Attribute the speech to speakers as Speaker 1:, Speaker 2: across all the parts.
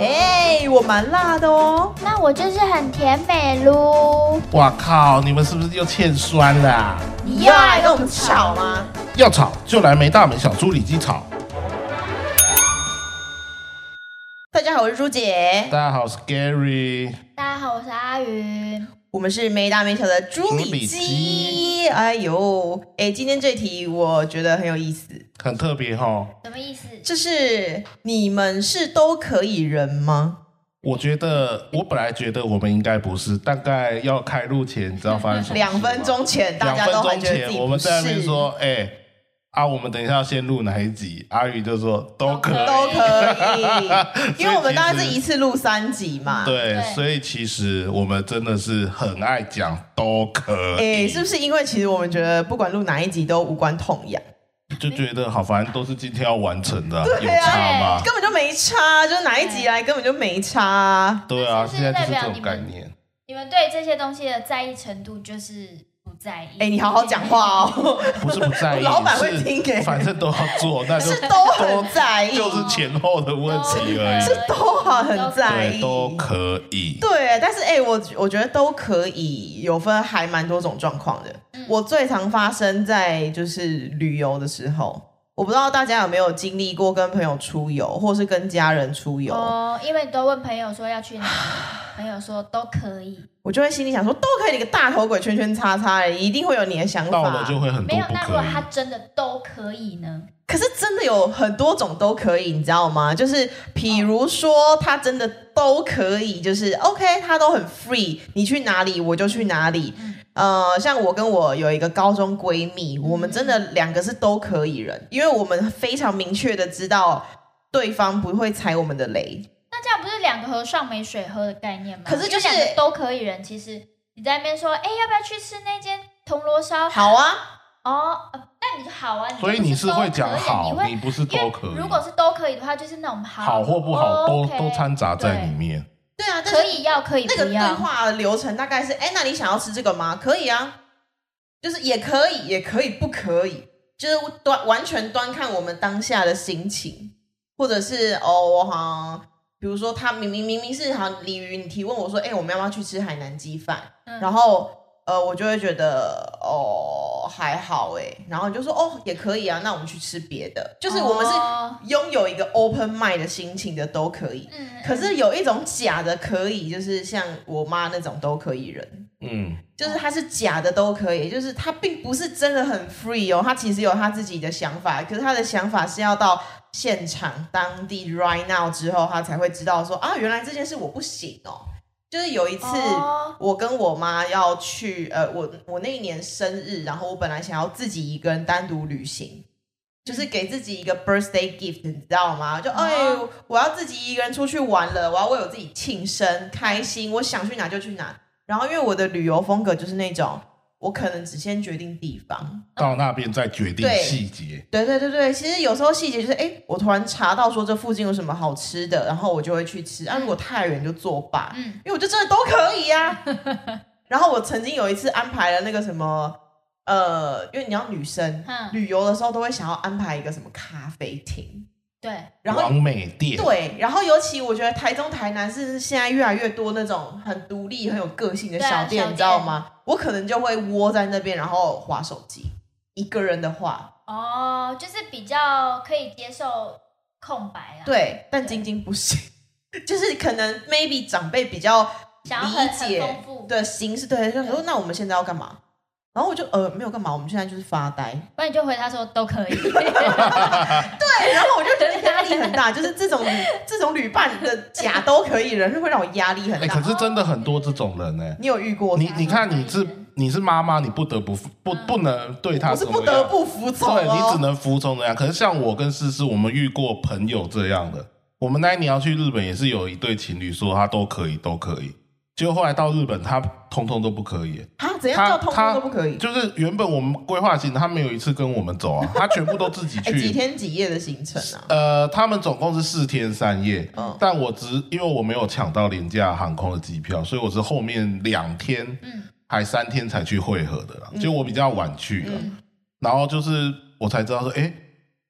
Speaker 1: 哎、我蛮辣的哦。
Speaker 2: 那我就是很甜美喽。
Speaker 3: 哇靠！你们是不是又欠酸了啊、
Speaker 1: 你要来跟我们吵吗？
Speaker 3: 要吵就来没大门小猪里鸡吵。
Speaker 1: 大家好，我是朱姐
Speaker 3: 大，家好，我是 Gary。
Speaker 2: 大家好，我是阿云。
Speaker 1: 我们是没大没小的猪里
Speaker 3: 猪里
Speaker 1: 鸡。哎呦，哎，今天这题我觉得很有意思，
Speaker 3: 很特别哦哈，
Speaker 2: 什么意思？
Speaker 1: 就是你们是都可以人吗？
Speaker 3: 我觉得我本来觉得我们应该不是，大概要开录前，你知道发生 什么事吗
Speaker 1: 两分，钟前大
Speaker 3: 两
Speaker 1: 家
Speaker 3: 分
Speaker 1: 都还
Speaker 3: 钟
Speaker 1: 觉得自己
Speaker 3: 前
Speaker 1: 不
Speaker 3: 我们在那边
Speaker 1: 是
Speaker 3: 说，哎、啊，我们等一下要先录哪一集？阿宇就说都可以，
Speaker 1: 都可以，因为我们当然
Speaker 3: 所以
Speaker 1: 是
Speaker 3: 其实
Speaker 1: 一次录三集嘛。
Speaker 3: 对，
Speaker 2: 对
Speaker 3: 所以其实我们真的是很爱讲都可
Speaker 1: 哎、
Speaker 3: 以，
Speaker 1: 是不是因为其实我们觉得不管录哪一集都无关痛痒，
Speaker 3: 就觉得好，反正都是今天要完成的啊，有
Speaker 1: 对啊
Speaker 3: 差吗？
Speaker 1: 根本就没差，就是哪一集来根本就没差啊。
Speaker 3: 对啊，
Speaker 2: 是不
Speaker 3: 现
Speaker 2: 是
Speaker 3: 在就是
Speaker 2: 代表
Speaker 3: 这
Speaker 2: 你们
Speaker 3: 种概念。
Speaker 2: 你们对这些东西的在意程度就是不在意。
Speaker 1: 哎、你好好讲话 哦，
Speaker 3: 不是不在意，
Speaker 1: 老板会
Speaker 3: 是
Speaker 1: 听给
Speaker 3: 反正都要做，那就
Speaker 1: 是都很在意，
Speaker 3: 就是前后的问题而
Speaker 2: 都
Speaker 3: 已
Speaker 2: 可，
Speaker 1: 都好很在意，
Speaker 3: 对，都可以。
Speaker 1: 对，但是哎、我我觉得都可以，有分还蛮多种状况的。
Speaker 3: 嗯
Speaker 1: 我最常发生在就是旅游的时候，我不知道大家有没有经历过跟朋友出游，或是跟家人出游，
Speaker 2: 哦，因为你都问朋友说要去哪里，朋友说都可以，
Speaker 1: 我就会心里想说，都可以，你个大头鬼圈圈叉叉的，一定会有你的想法。
Speaker 3: 到了就会很
Speaker 2: 没
Speaker 3: 多
Speaker 2: 有。
Speaker 3: 不
Speaker 2: 那如
Speaker 3: 可
Speaker 2: 果
Speaker 3: 以。
Speaker 2: 他真的都可以呢？
Speaker 1: 可是真的有很多种都可以，你知道吗？就是比如说，他真的都可以，就是 OK，他都很 free，你去哪里我就去哪里。呃，像我跟我有一个高中闺蜜，我们真的两个是都可以人，因为我们非常明确的知道对方不会踩我们的雷。
Speaker 2: 那这样不是两个和尚没水喝的概念吗？
Speaker 1: 可是就是
Speaker 2: 因为两个都可以人，其实你在那边说，哎，要不要去吃那间铜锣烧？
Speaker 1: 好啊，
Speaker 2: 哦，呃那你就好啊。
Speaker 3: 所以你是
Speaker 2: 就
Speaker 3: 会
Speaker 2: 都可
Speaker 3: 讲
Speaker 2: 以
Speaker 3: 好
Speaker 2: 你，会
Speaker 3: 你不是
Speaker 2: 因
Speaker 3: 都
Speaker 2: 为
Speaker 3: 可以。
Speaker 2: 如果是都可以的话，就是那种好哦
Speaker 3: 好或不好都
Speaker 2: OK，
Speaker 3: 都掺杂在里面。
Speaker 1: 对啊，
Speaker 2: 对。可。以要可以
Speaker 1: 那个
Speaker 2: 不
Speaker 1: 对
Speaker 2: 要，
Speaker 1: 话的流程大概是：哎，那你想要吃这个吗？可以啊，就是也可以，也可以，不可以，就是端完全端看我们当下的心情，或者是哦，我好像比如说他明明明明是好像鲤鱼，你提问我说：哎，我们要不要去吃海南鸡饭？
Speaker 2: 嗯
Speaker 1: 然后呃，我就会觉得哦还好哎，然后你就说哦也可以啊，那我们去吃别的，就是我们是
Speaker 2: 哦
Speaker 1: 拥有一个 open mind 的心情的都可以。
Speaker 2: 嗯，
Speaker 1: 可是有一种假的可以，就是像我妈那种都可以人，
Speaker 3: 嗯，
Speaker 1: 就是她是假的都可以，就是她并不是真的很 free 哦，她其实有她自己的想法，可是她的想法是要到现场当地 right now 之后，她才会知道说啊，原来这件事我不行哦。就是有一次
Speaker 2: 哦，
Speaker 1: 我跟我妈要去，呃，我我那一年生日，然后我本来想要自己一个人单独旅行，就是给自己一个 birthday gift，你知道吗？就哎、
Speaker 2: 哦
Speaker 1: 我要自己一个人出去玩了，我要为我自己庆生，开心，我想去哪就去哪。然后因为我的旅游风格就是那种，我可能只先决定地方。
Speaker 3: 到那边再决定
Speaker 1: 对
Speaker 3: 细节。
Speaker 1: 对对对对，其实有时候细节就是，哎，我突然查到说这附近有什么好吃的，然后我就会去吃。啊，如果太远就作罢，
Speaker 2: 嗯，
Speaker 1: 因为我就真的都可以呀、 然后我曾经有一次安排了那个什么，呃，因为你要女生、
Speaker 2: 嗯
Speaker 1: 旅游的时候都会想要安排一个什么咖啡厅，
Speaker 2: 对，
Speaker 1: 然后
Speaker 3: 王美店，
Speaker 1: 对，然后尤其我觉得台中、台南是现在越来越多那种很独立、很有个性的
Speaker 2: 对啊
Speaker 1: 小店，
Speaker 2: 小
Speaker 1: 你知道
Speaker 2: 店
Speaker 1: 吗？我可能就会窝在那边，然后划手机。一个人的话，
Speaker 2: 哦，就是比较可以接受空白啦，，
Speaker 1: 对，但
Speaker 2: 对
Speaker 1: 晶晶不行， 就是可能 maybe 长辈比较
Speaker 2: 想要很
Speaker 1: 理
Speaker 2: 很
Speaker 1: 解
Speaker 2: 丰富，
Speaker 1: 的形式，对，就想说
Speaker 2: 对
Speaker 1: 那我们现在要干嘛？然后我就呃没有干嘛，我们现在就是发呆。
Speaker 2: 不然你就回他说都 可以，
Speaker 1: 对，然后我就觉得压力很 大，就是这种旅这种旅伴的假都可以人，是会让我压力很
Speaker 3: 哎，
Speaker 1: 大。
Speaker 3: 可是真的很多这种人呢、欸
Speaker 1: 你有遇过？
Speaker 3: 你
Speaker 2: 假
Speaker 3: 你看，
Speaker 2: 装
Speaker 3: 你
Speaker 2: 可以
Speaker 3: 是
Speaker 2: 人
Speaker 3: 你是妈妈，你不得不不
Speaker 2: 嗯
Speaker 3: 不能对他
Speaker 1: 我
Speaker 3: 怎
Speaker 1: 是
Speaker 3: 么样
Speaker 1: 不得不服从
Speaker 3: 对你只
Speaker 1: 哦。
Speaker 3: 能服从人家。可是像我跟诗诗，我们遇过朋友这样的。我们那一年要去日本，也是有一对情侣说他都可以，都可以。结果后来到日本，他通通都不可以。
Speaker 1: 啊，怎样
Speaker 3: 他
Speaker 1: 叫通
Speaker 3: 他
Speaker 1: 通都不可以？
Speaker 3: 就是原本我们规划行程，他没有一次跟我们走啊，他全部 都自己
Speaker 1: 哎，几
Speaker 3: 去。
Speaker 1: 天几夜的行程啊？
Speaker 3: 呃，他们总共是四天三夜，
Speaker 1: 嗯
Speaker 3: 但我只因为我没有抢到廉价航空的机票，所以我是后面两天
Speaker 2: 嗯，
Speaker 3: 还三天才去汇合的啦，就我比较晚去了，
Speaker 1: 嗯
Speaker 3: 然后就是我才知道说，哎、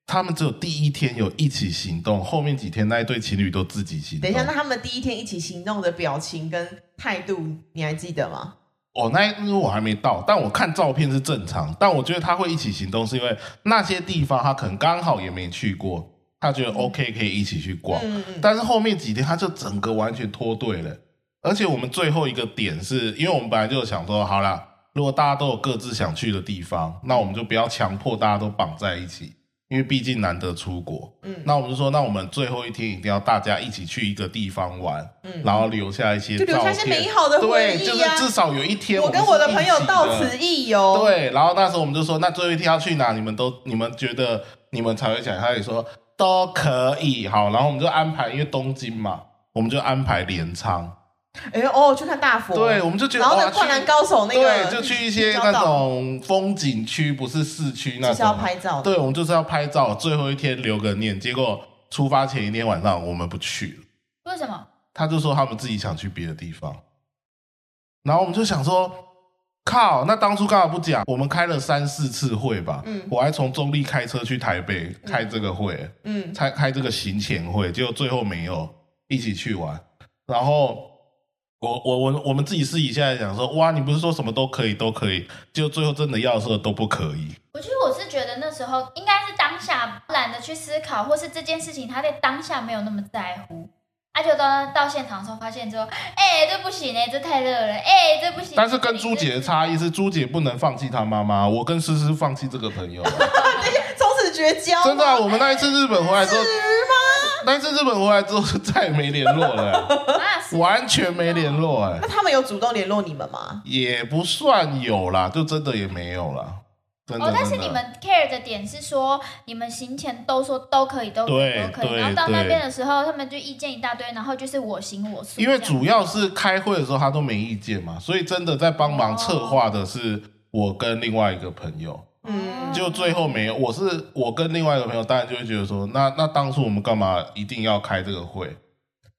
Speaker 3: 他们只有第一天有一起行动，后面几天那一对情侣都自己行
Speaker 1: 等
Speaker 3: 动。
Speaker 1: 一下，那他们第一天一起行动的表情跟态度，你还记得吗？
Speaker 3: 哦，那那我还没到，但我看照片是正常。但我觉得他会一起行动，是因为那些地方他可能刚好也没去过，他觉得 OK 可以一起去逛。
Speaker 1: 嗯嗯
Speaker 3: 但是后面几天他就整个完全脱队了。而且我们最后一个点是，因为我们本来就想说，好啦，如果大家都有各自想去的地方，那我们就不要强迫大家都绑在一起，因为毕竟难得出国。
Speaker 1: 嗯
Speaker 3: 那我们就说，那我们最后一天一定要大家一起去一个地方玩，
Speaker 1: 嗯
Speaker 3: 然后留下一些
Speaker 1: 就留下一
Speaker 3: 照
Speaker 1: 些
Speaker 3: 片
Speaker 1: 美好的回
Speaker 3: 对，就
Speaker 1: 忆
Speaker 3: 是
Speaker 1: 呀、
Speaker 3: 至少有一天
Speaker 1: 我
Speaker 3: 们
Speaker 1: 跟我的
Speaker 3: 是
Speaker 1: 朋友
Speaker 3: 一起
Speaker 1: 到
Speaker 3: 的
Speaker 1: 此一游。，
Speaker 3: 对，然后那时候我们就说，那最后一天要去哪？你们都你们觉得你们才会讲，他也说都可以。好，然后我们就安排，因为东京嘛，我们就安排镰仓。
Speaker 1: 哎呦哦，去看大佛。
Speaker 3: 对，我们就觉得
Speaker 1: 然后那
Speaker 3: 哇
Speaker 1: 个灌篮
Speaker 3: 去
Speaker 1: 高手那个，
Speaker 3: 对，就去一些
Speaker 1: 交
Speaker 3: 那
Speaker 1: 道
Speaker 3: 种风景区，不是市区那
Speaker 1: 就是要
Speaker 3: 种。
Speaker 1: 拍照的。
Speaker 3: 对，我们就是要拍照，最后一天留个念。结果出发前一天晚上我们不去了，
Speaker 2: 为什么？
Speaker 3: 他就说他们自己想去别的地方。然后我们就想说，靠，那当初干嘛不讲？我们开了三四次会吧，
Speaker 1: 嗯
Speaker 3: 我还从中立开车去台北开这个会，
Speaker 1: 嗯，
Speaker 3: 才开这个行前会，结果最后没有一起去玩。然后我我我我们自己私底下来讲说，哇，你不是说什么都可以都可以，结果最后真的要的时候都不可以。
Speaker 2: 我觉得我是觉得那时候应该是当下懒得去思考，或是这件事情他在当下没有那么在乎。啊，就到到现场的时候发现之后，哎、这不行哎、这太热了，哎、这不行。
Speaker 3: 但是跟朱姐的差异是，朱姐不能放弃她妈妈，我跟思思放弃这个朋友。啊
Speaker 1: 从此绝交。
Speaker 3: 真的啊、我们那一次日本回来之后，那一次日本回来之后就再也没联络了，哎
Speaker 2: 啊，是
Speaker 3: 完全没联络哎、
Speaker 1: 那他们有主动联络你们吗？
Speaker 3: 也不算有啦，就真的也没有啦，真的。
Speaker 2: 哦，但是
Speaker 3: 真的
Speaker 2: 你们 care 的点是说，你们行前都说都可以，都可以，
Speaker 3: 对
Speaker 2: 都可以，
Speaker 3: 对
Speaker 2: 然后到那边的时候，他们就意见一大堆，然后就是我行我素这
Speaker 3: 因
Speaker 2: 样，
Speaker 3: 为主要是开会的时候他都没意见嘛，所以真的在帮忙策划的是我跟另外一个朋友，
Speaker 1: 嗯，
Speaker 3: 就最后没有，我是我跟另外一个朋友，当然就会觉得说，那那当初我们干嘛一定要开这个会？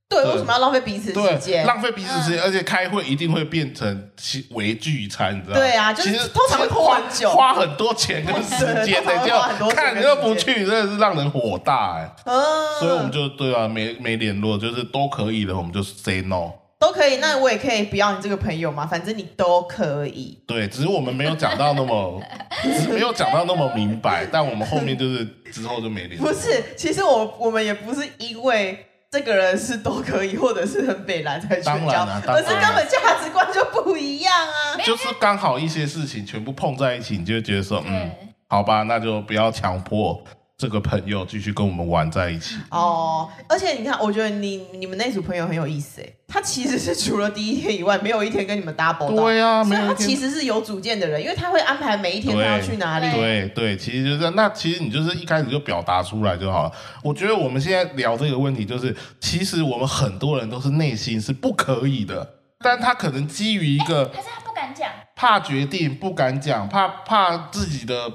Speaker 1: 对，
Speaker 3: 对
Speaker 1: 为什么要浪费彼此时
Speaker 3: 对，
Speaker 1: 间？嗯
Speaker 3: 浪费彼此时间，而且开会一定会变成其为聚餐，你知道吗？
Speaker 1: 对啊就是
Speaker 3: 其实
Speaker 1: 通常会拖很久
Speaker 3: 花很多钱跟时间
Speaker 1: 对
Speaker 3: 的，
Speaker 1: 通常
Speaker 3: 就
Speaker 1: 会花很多钱
Speaker 3: 看
Speaker 1: 跟
Speaker 3: 你都不
Speaker 1: 时
Speaker 3: 去，真的是让人火大哎、
Speaker 1: 嗯，
Speaker 3: 所以我们就对啊，没没联络，就是都可以的，我们就 say no。
Speaker 1: 都可以。那我也可以不要你这个朋友嘛，反正你都可以。
Speaker 3: 对，只是我们没有讲到那 么，只是没有讲到那么明白，但我们后面就是之后就没联络。
Speaker 1: 不是，其实我我们也不是因为这个人是都可以，或者是很北蓝才绝
Speaker 3: 当
Speaker 1: 交，
Speaker 3: 然啊当
Speaker 1: 而
Speaker 3: 然
Speaker 1: 是根本价值观就不一样啊。
Speaker 3: 就是刚好一些事情全部碰在一起，你就会觉得说，嗯，
Speaker 2: 对，
Speaker 3: 好吧，那就不要强迫这个朋友继续跟我们玩在一起。
Speaker 1: 哦，而且你看，我觉得你你们那组朋友很有意思哎，他其实是除了第一天以外，没有一天跟你们 double 到，
Speaker 3: 对呀、啊，
Speaker 1: 所
Speaker 3: 没
Speaker 1: 以他
Speaker 3: 有一
Speaker 1: 其
Speaker 3: 天。
Speaker 1: 实是有主见的人，因为他会安排每一天他
Speaker 3: 对
Speaker 1: 要去哪里。
Speaker 3: 对对，其实就是这样那，其实你就是一开始就表达出来就好了。我觉得我们现在聊这个问题，就是其实我们很多人都是内心是不可以的，但他可能基于一个
Speaker 2: 还是他不敢讲，
Speaker 1: 哎
Speaker 3: 怕决定不敢讲，怕怕自己的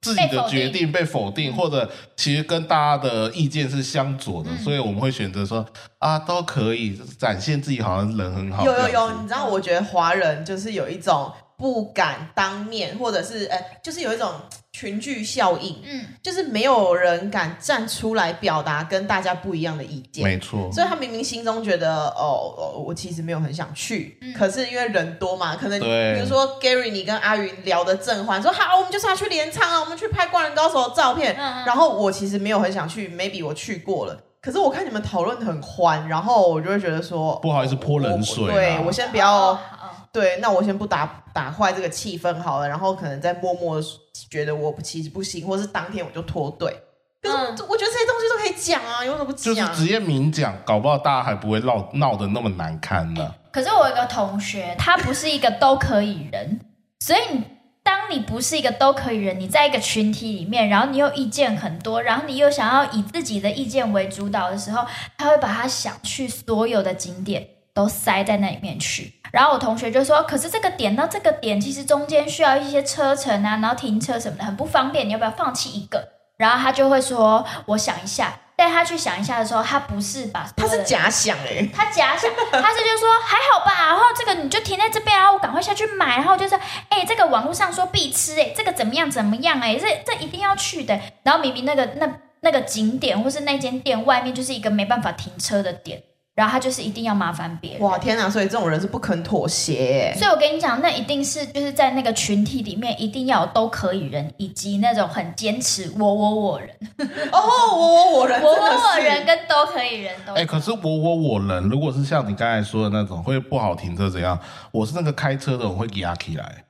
Speaker 3: 自己的决定被否
Speaker 1: 嗯
Speaker 3: 定，或者其实跟大家的意见是相左的，
Speaker 2: 嗯
Speaker 3: 所以我们会选择说啊都可以展现自己好像人啊很好。
Speaker 1: 有有
Speaker 3: 这
Speaker 1: 有，
Speaker 3: 样子
Speaker 1: 你知道，我觉得华人就是有一种不敢当面，或者是呃，就是有一种群聚效应，
Speaker 2: 嗯，
Speaker 1: 就是没有人敢站出来表达跟大家不一样的意见。
Speaker 3: 没错，
Speaker 1: 所以他明明心中觉得哦，哦我其实没有很想去，
Speaker 2: 嗯
Speaker 1: 可是因为人多嘛，可能
Speaker 3: 对
Speaker 1: 比如说 Gary，你跟阿云聊得正欢，说好，我们就是要去镰仓啊，我们去拍《灌篮高手》的照片。
Speaker 2: 嗯嗯
Speaker 1: 然后我其实没有很想去，maybe 我去过了，可是我看你们讨论得很欢，然后我就会觉得说，
Speaker 3: 不好意思泼冷水
Speaker 1: 我
Speaker 3: 啊
Speaker 1: 对我先不要
Speaker 2: 哦，哦
Speaker 1: 对，那我先不打打坏这个气氛好了，然后可能再默默地觉得我其实不行，或是当天我就脱队。可是我,、
Speaker 2: 嗯
Speaker 1: 我觉得这些东西都可以讲啊，有什么不
Speaker 3: 就是
Speaker 1: 讲？
Speaker 3: 直接明讲，搞不好大家还不会闹闹得那么难堪呢、
Speaker 2: 可是我有一个同学，他不是一个都可以人， 所以你当你不是一个都可以人，你在一个群体里面，然后你又意见很多，然后你又想要以自己的意见为主导的时候，他会把他想去所有的景点都塞在那里面去。然后我同学就说：“可是这个点到这个点，其实中间需要一些车程啊，然后停车什么的，很不方便，你要不要放弃一个？”然后他就会说：“我想一下。”带他去想一下的时候，他不是把
Speaker 1: 他是
Speaker 2: 假。
Speaker 1: 假想哎、
Speaker 2: 他假想，他是就说还好吧，然后这个你就停在这边啊，然后我赶快下去买，然后就是，哎、这个网络上说必吃、哎，这个怎么样怎么样、哎，这这一定要去的。然后明明那个那那个景点或是那间店外面就是一个没办法停车的点，然后他就是一定要麻烦别人。
Speaker 1: 哇天哪！所以这种人是不肯妥协、欸。
Speaker 2: 所以我跟你讲，那一定是就是在那个群体里面，一定要有都可以人，以及那种很坚持我我我人，
Speaker 1: 哦，我我我人，
Speaker 2: 我
Speaker 1: 真的
Speaker 2: 我我
Speaker 1: 是
Speaker 2: 人跟都可以人都
Speaker 3: 哎、可是我我我人，如果是像你刚才说的那种会不好停车怎样？我是那个开车的，我会给压起来。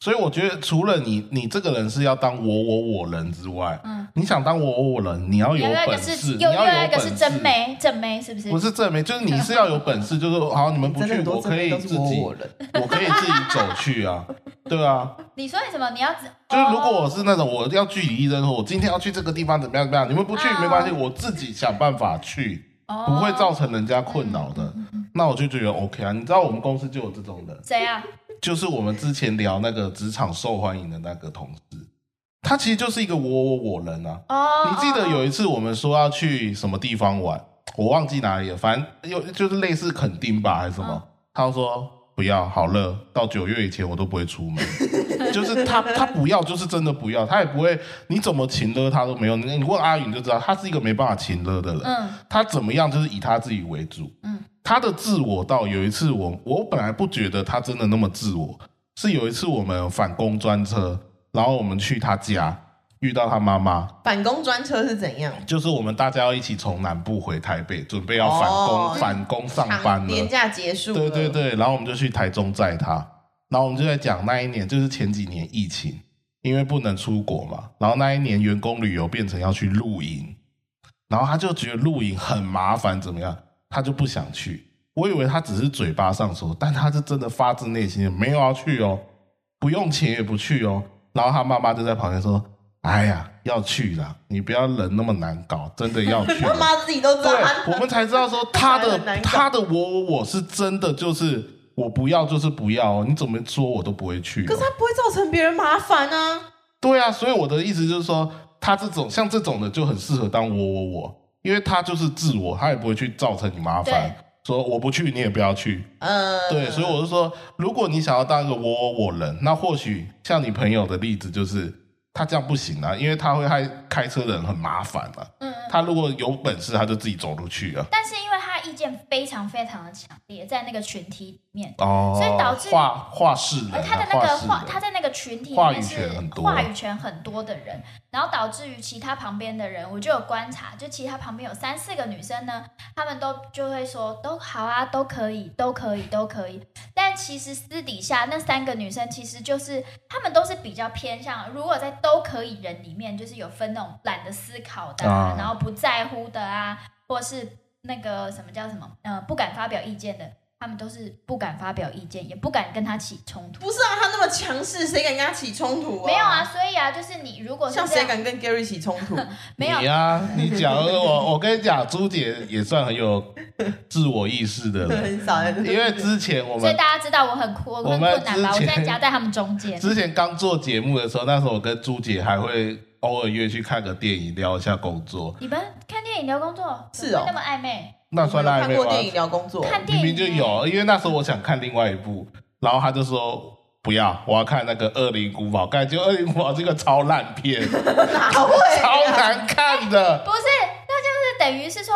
Speaker 3: 所以我觉得，除了你你这个人是要当我我我人之外，
Speaker 2: 嗯，
Speaker 3: 你想当我我我人，你要有
Speaker 2: 另外一
Speaker 3: 本
Speaker 2: 个
Speaker 3: 事，
Speaker 2: 是
Speaker 3: 你
Speaker 2: 又另
Speaker 3: 要
Speaker 2: 外
Speaker 3: 有
Speaker 2: 一个
Speaker 3: 本
Speaker 2: 是
Speaker 3: 事。
Speaker 2: 正妹，正妹是不是？
Speaker 3: 不是正妹，就是你是要有本事，就是说好，你们 不
Speaker 1: 真的
Speaker 3: 去，
Speaker 1: 很多
Speaker 3: 我
Speaker 1: 真
Speaker 3: 可
Speaker 1: 的
Speaker 3: 以
Speaker 1: 都
Speaker 3: 自
Speaker 1: 是
Speaker 3: 己，
Speaker 1: 我我人。
Speaker 3: 我可以自己走去啊，对啊。
Speaker 2: 你说你什么？你要只
Speaker 3: 就是如果我是那种我要据理力争，说我今天要去这个地方怎么样怎么样，你们不去
Speaker 2: 哦
Speaker 3: 没关系，我自己想办法去，
Speaker 2: 哦嗯
Speaker 3: 不会造成人家困扰的。那我就觉得 OK 啊，你知道我们公司就有这种人，
Speaker 2: 怎样？
Speaker 3: 就是我们之前聊那个职场受欢迎的那个同事，他其实就是一个我我我人啊。
Speaker 2: 哦，
Speaker 3: 你记得
Speaker 2: 哦
Speaker 3: 有一次我们说要去什么地方玩，我忘记哪里了，反正又就是类似垦丁吧还是什么，
Speaker 2: 嗯
Speaker 3: 他说不要，好热，到九月以前我都不会出 门，就是他他不要，就是真的不要，他也不会，你怎么请了他都没有，你你问阿云就知道，他是一个没办法请了的人，
Speaker 2: 嗯
Speaker 3: 他怎么样就是以他自己为主，
Speaker 2: 嗯
Speaker 3: 他的自我到有一次我我本来不觉得他真的那么自我，是有一次我们返工专车，然后我们去他家遇到他妈妈。
Speaker 1: 反攻专车是怎样？
Speaker 3: 就是我们大家要一起从南部回台北，准备要返工、
Speaker 1: 哦
Speaker 3: 返工上班
Speaker 1: 长
Speaker 3: 了
Speaker 1: 年。假结束了
Speaker 3: 对对，对，然后我们就去台中载他，然后我们就在讲那一年，就是前几年疫情，因为不能出国嘛，然后那一年员工旅游变成要去露营，然后他就觉得露营很麻烦，怎么样，他就不想去。我以为他只是嘴巴上说，但他是真的发自内心的没有要去哦，不用钱也不去哦。然后他妈妈就在旁边说：“哎呀，要去啦，你不要人那么难搞，真的要去。”
Speaker 1: 他妈自己都知道 他
Speaker 3: 对，我们才知道 说他
Speaker 1: 很难
Speaker 3: 的
Speaker 1: 搞
Speaker 3: 他的我我我是真的就是我不要就是不要哦，你怎么说我都不会去、
Speaker 1: 可
Speaker 3: 哦
Speaker 1: 是。他不会造成别人麻烦啊。
Speaker 3: 对啊，所以我的意思就是说，他这种像这种的就很适合当我我我，因为他就是自我，他也不会去造成你麻烦
Speaker 2: 对。
Speaker 3: 说我不去，你也不要去。
Speaker 1: 呃，
Speaker 3: 对，所以我是说，如果你想要当一个我我我人，那或许像你朋友的例子，就是他这样不行啊，因为他会害开车的人很麻烦啊。
Speaker 2: 嗯嗯。
Speaker 3: 他如果有本事，他就自己走路去啊。
Speaker 2: 但是因为他意见非常非常的强烈，在那个群体里面，
Speaker 3: 哦，
Speaker 2: 所以导致
Speaker 3: 画画室人啊、
Speaker 2: 而他的那个
Speaker 3: 画
Speaker 2: 话，
Speaker 3: 室人
Speaker 2: 他在那个群体里
Speaker 3: 话语
Speaker 2: 面是
Speaker 3: 权很多
Speaker 2: 话语权很多的人，然后导致于其他旁边的人，我就有观察，就其他旁边有三四个女生呢，她们都就会说都好啊，都可以，都可以，都可以。但其实私底下那三个女生其实就是她们都是比较偏向，如果在都可以人里面，就是有分那种懒得思考的、啊
Speaker 3: 啊，
Speaker 2: 然后不在乎的啊，或是那个什么叫什么呃不敢发表意见的。她们都是不敢发表意见，也不敢跟他起冲突。
Speaker 1: 不是啊，他那么强势，谁敢跟他起冲突啊？
Speaker 2: 没有啊，，所以啊，就是你如果是
Speaker 1: 像
Speaker 2: 这
Speaker 1: 谁
Speaker 2: 样，
Speaker 1: 敢跟 Gary 起冲突？
Speaker 2: 没有
Speaker 3: 你呀、你讲我，我跟你讲，朱姐也算很有自我意识的人，
Speaker 1: 很少人，
Speaker 3: 因为之前我
Speaker 2: 所以
Speaker 3: 们
Speaker 2: 大家知道我很苦，我
Speaker 3: 我
Speaker 2: 很
Speaker 3: 们
Speaker 2: 困难吧？我
Speaker 3: 之
Speaker 2: 现
Speaker 3: 前
Speaker 2: 在夹在他们中间。
Speaker 3: 之前刚做节目的时候，那时候我跟朱姐还会偶尔约去看个电影，聊一下工作，
Speaker 2: 你们看电影聊工作，
Speaker 1: 是哦
Speaker 2: 怎么会那么暧昧？
Speaker 3: 那算暧
Speaker 1: 看
Speaker 3: 昧
Speaker 1: 过
Speaker 3: 吗？
Speaker 1: 电影聊工作，
Speaker 2: 看电
Speaker 3: 哦明
Speaker 2: 影
Speaker 3: 明就有，因为那时候我想看另外一部，然后他就说。不要，我要看那个《恶灵古堡》，感觉《恶灵古堡》这个超烂片，
Speaker 1: 哪会
Speaker 3: 超
Speaker 1: 啊？
Speaker 3: 难看的。
Speaker 2: 不是，那就是等于是说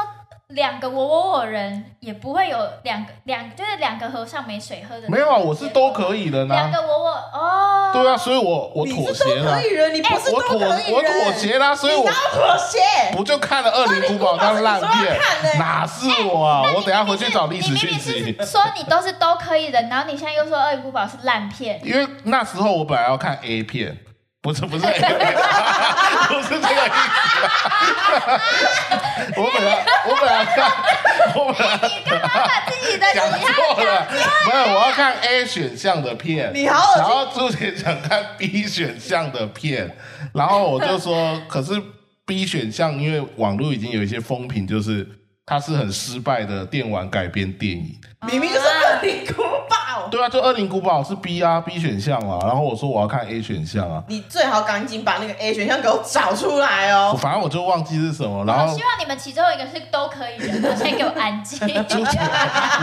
Speaker 2: 两个我我我人也不会有两个两就是两个和尚没水喝的。
Speaker 3: 没有啊，我是都可以的呢。啊
Speaker 2: 两个我我哦，
Speaker 3: 对啊，所以我我
Speaker 1: 你
Speaker 3: 妥
Speaker 1: 是都
Speaker 3: 协了
Speaker 1: 可，以人，你不是
Speaker 3: 我
Speaker 1: 都
Speaker 3: 妥
Speaker 1: 可以人，
Speaker 3: 我妥协啦，所以
Speaker 1: 你
Speaker 3: 我
Speaker 1: 哪有妥协？
Speaker 3: 我就看了《恶灵古堡》那烂
Speaker 1: 你说要啊
Speaker 3: 片
Speaker 1: 看呢，
Speaker 3: 哪是我
Speaker 1: 哎
Speaker 3: 啊？我等一下回去找历史
Speaker 2: 你明
Speaker 3: 讯
Speaker 2: 明
Speaker 3: 息。
Speaker 2: 是说你都是都可以的，然后你现在又说《恶灵古堡》是烂片，
Speaker 3: 因为那时候我本来要看 A 片，不是不 是 A 片，不是这个意思。 我本来我本来看我本来
Speaker 2: 你干嘛把自 己的其
Speaker 3: 讲
Speaker 2: 他
Speaker 3: 错了，没有，我要看 A 选项的片，
Speaker 1: 你好恶心
Speaker 3: 然后朱姐想看 B 选项的片，然后我就说，可是 B 选项因为网络已经有一些风评，就是它是很失败的电玩改编电影，
Speaker 1: 明明就是《恶灵古堡》，
Speaker 3: 对对啊，就恶灵古堡是 B 啊 B 选项啊，然后我说我要看 A 选项啊，
Speaker 1: 你最好赶紧把那个 A 选项给我找出来
Speaker 3: 我
Speaker 1: 哦。
Speaker 3: 反正我就忘记是什么，然
Speaker 2: 我
Speaker 3: 后
Speaker 2: 希望你们其中一个是都可以人，然后现在给我安 静。
Speaker 3: 就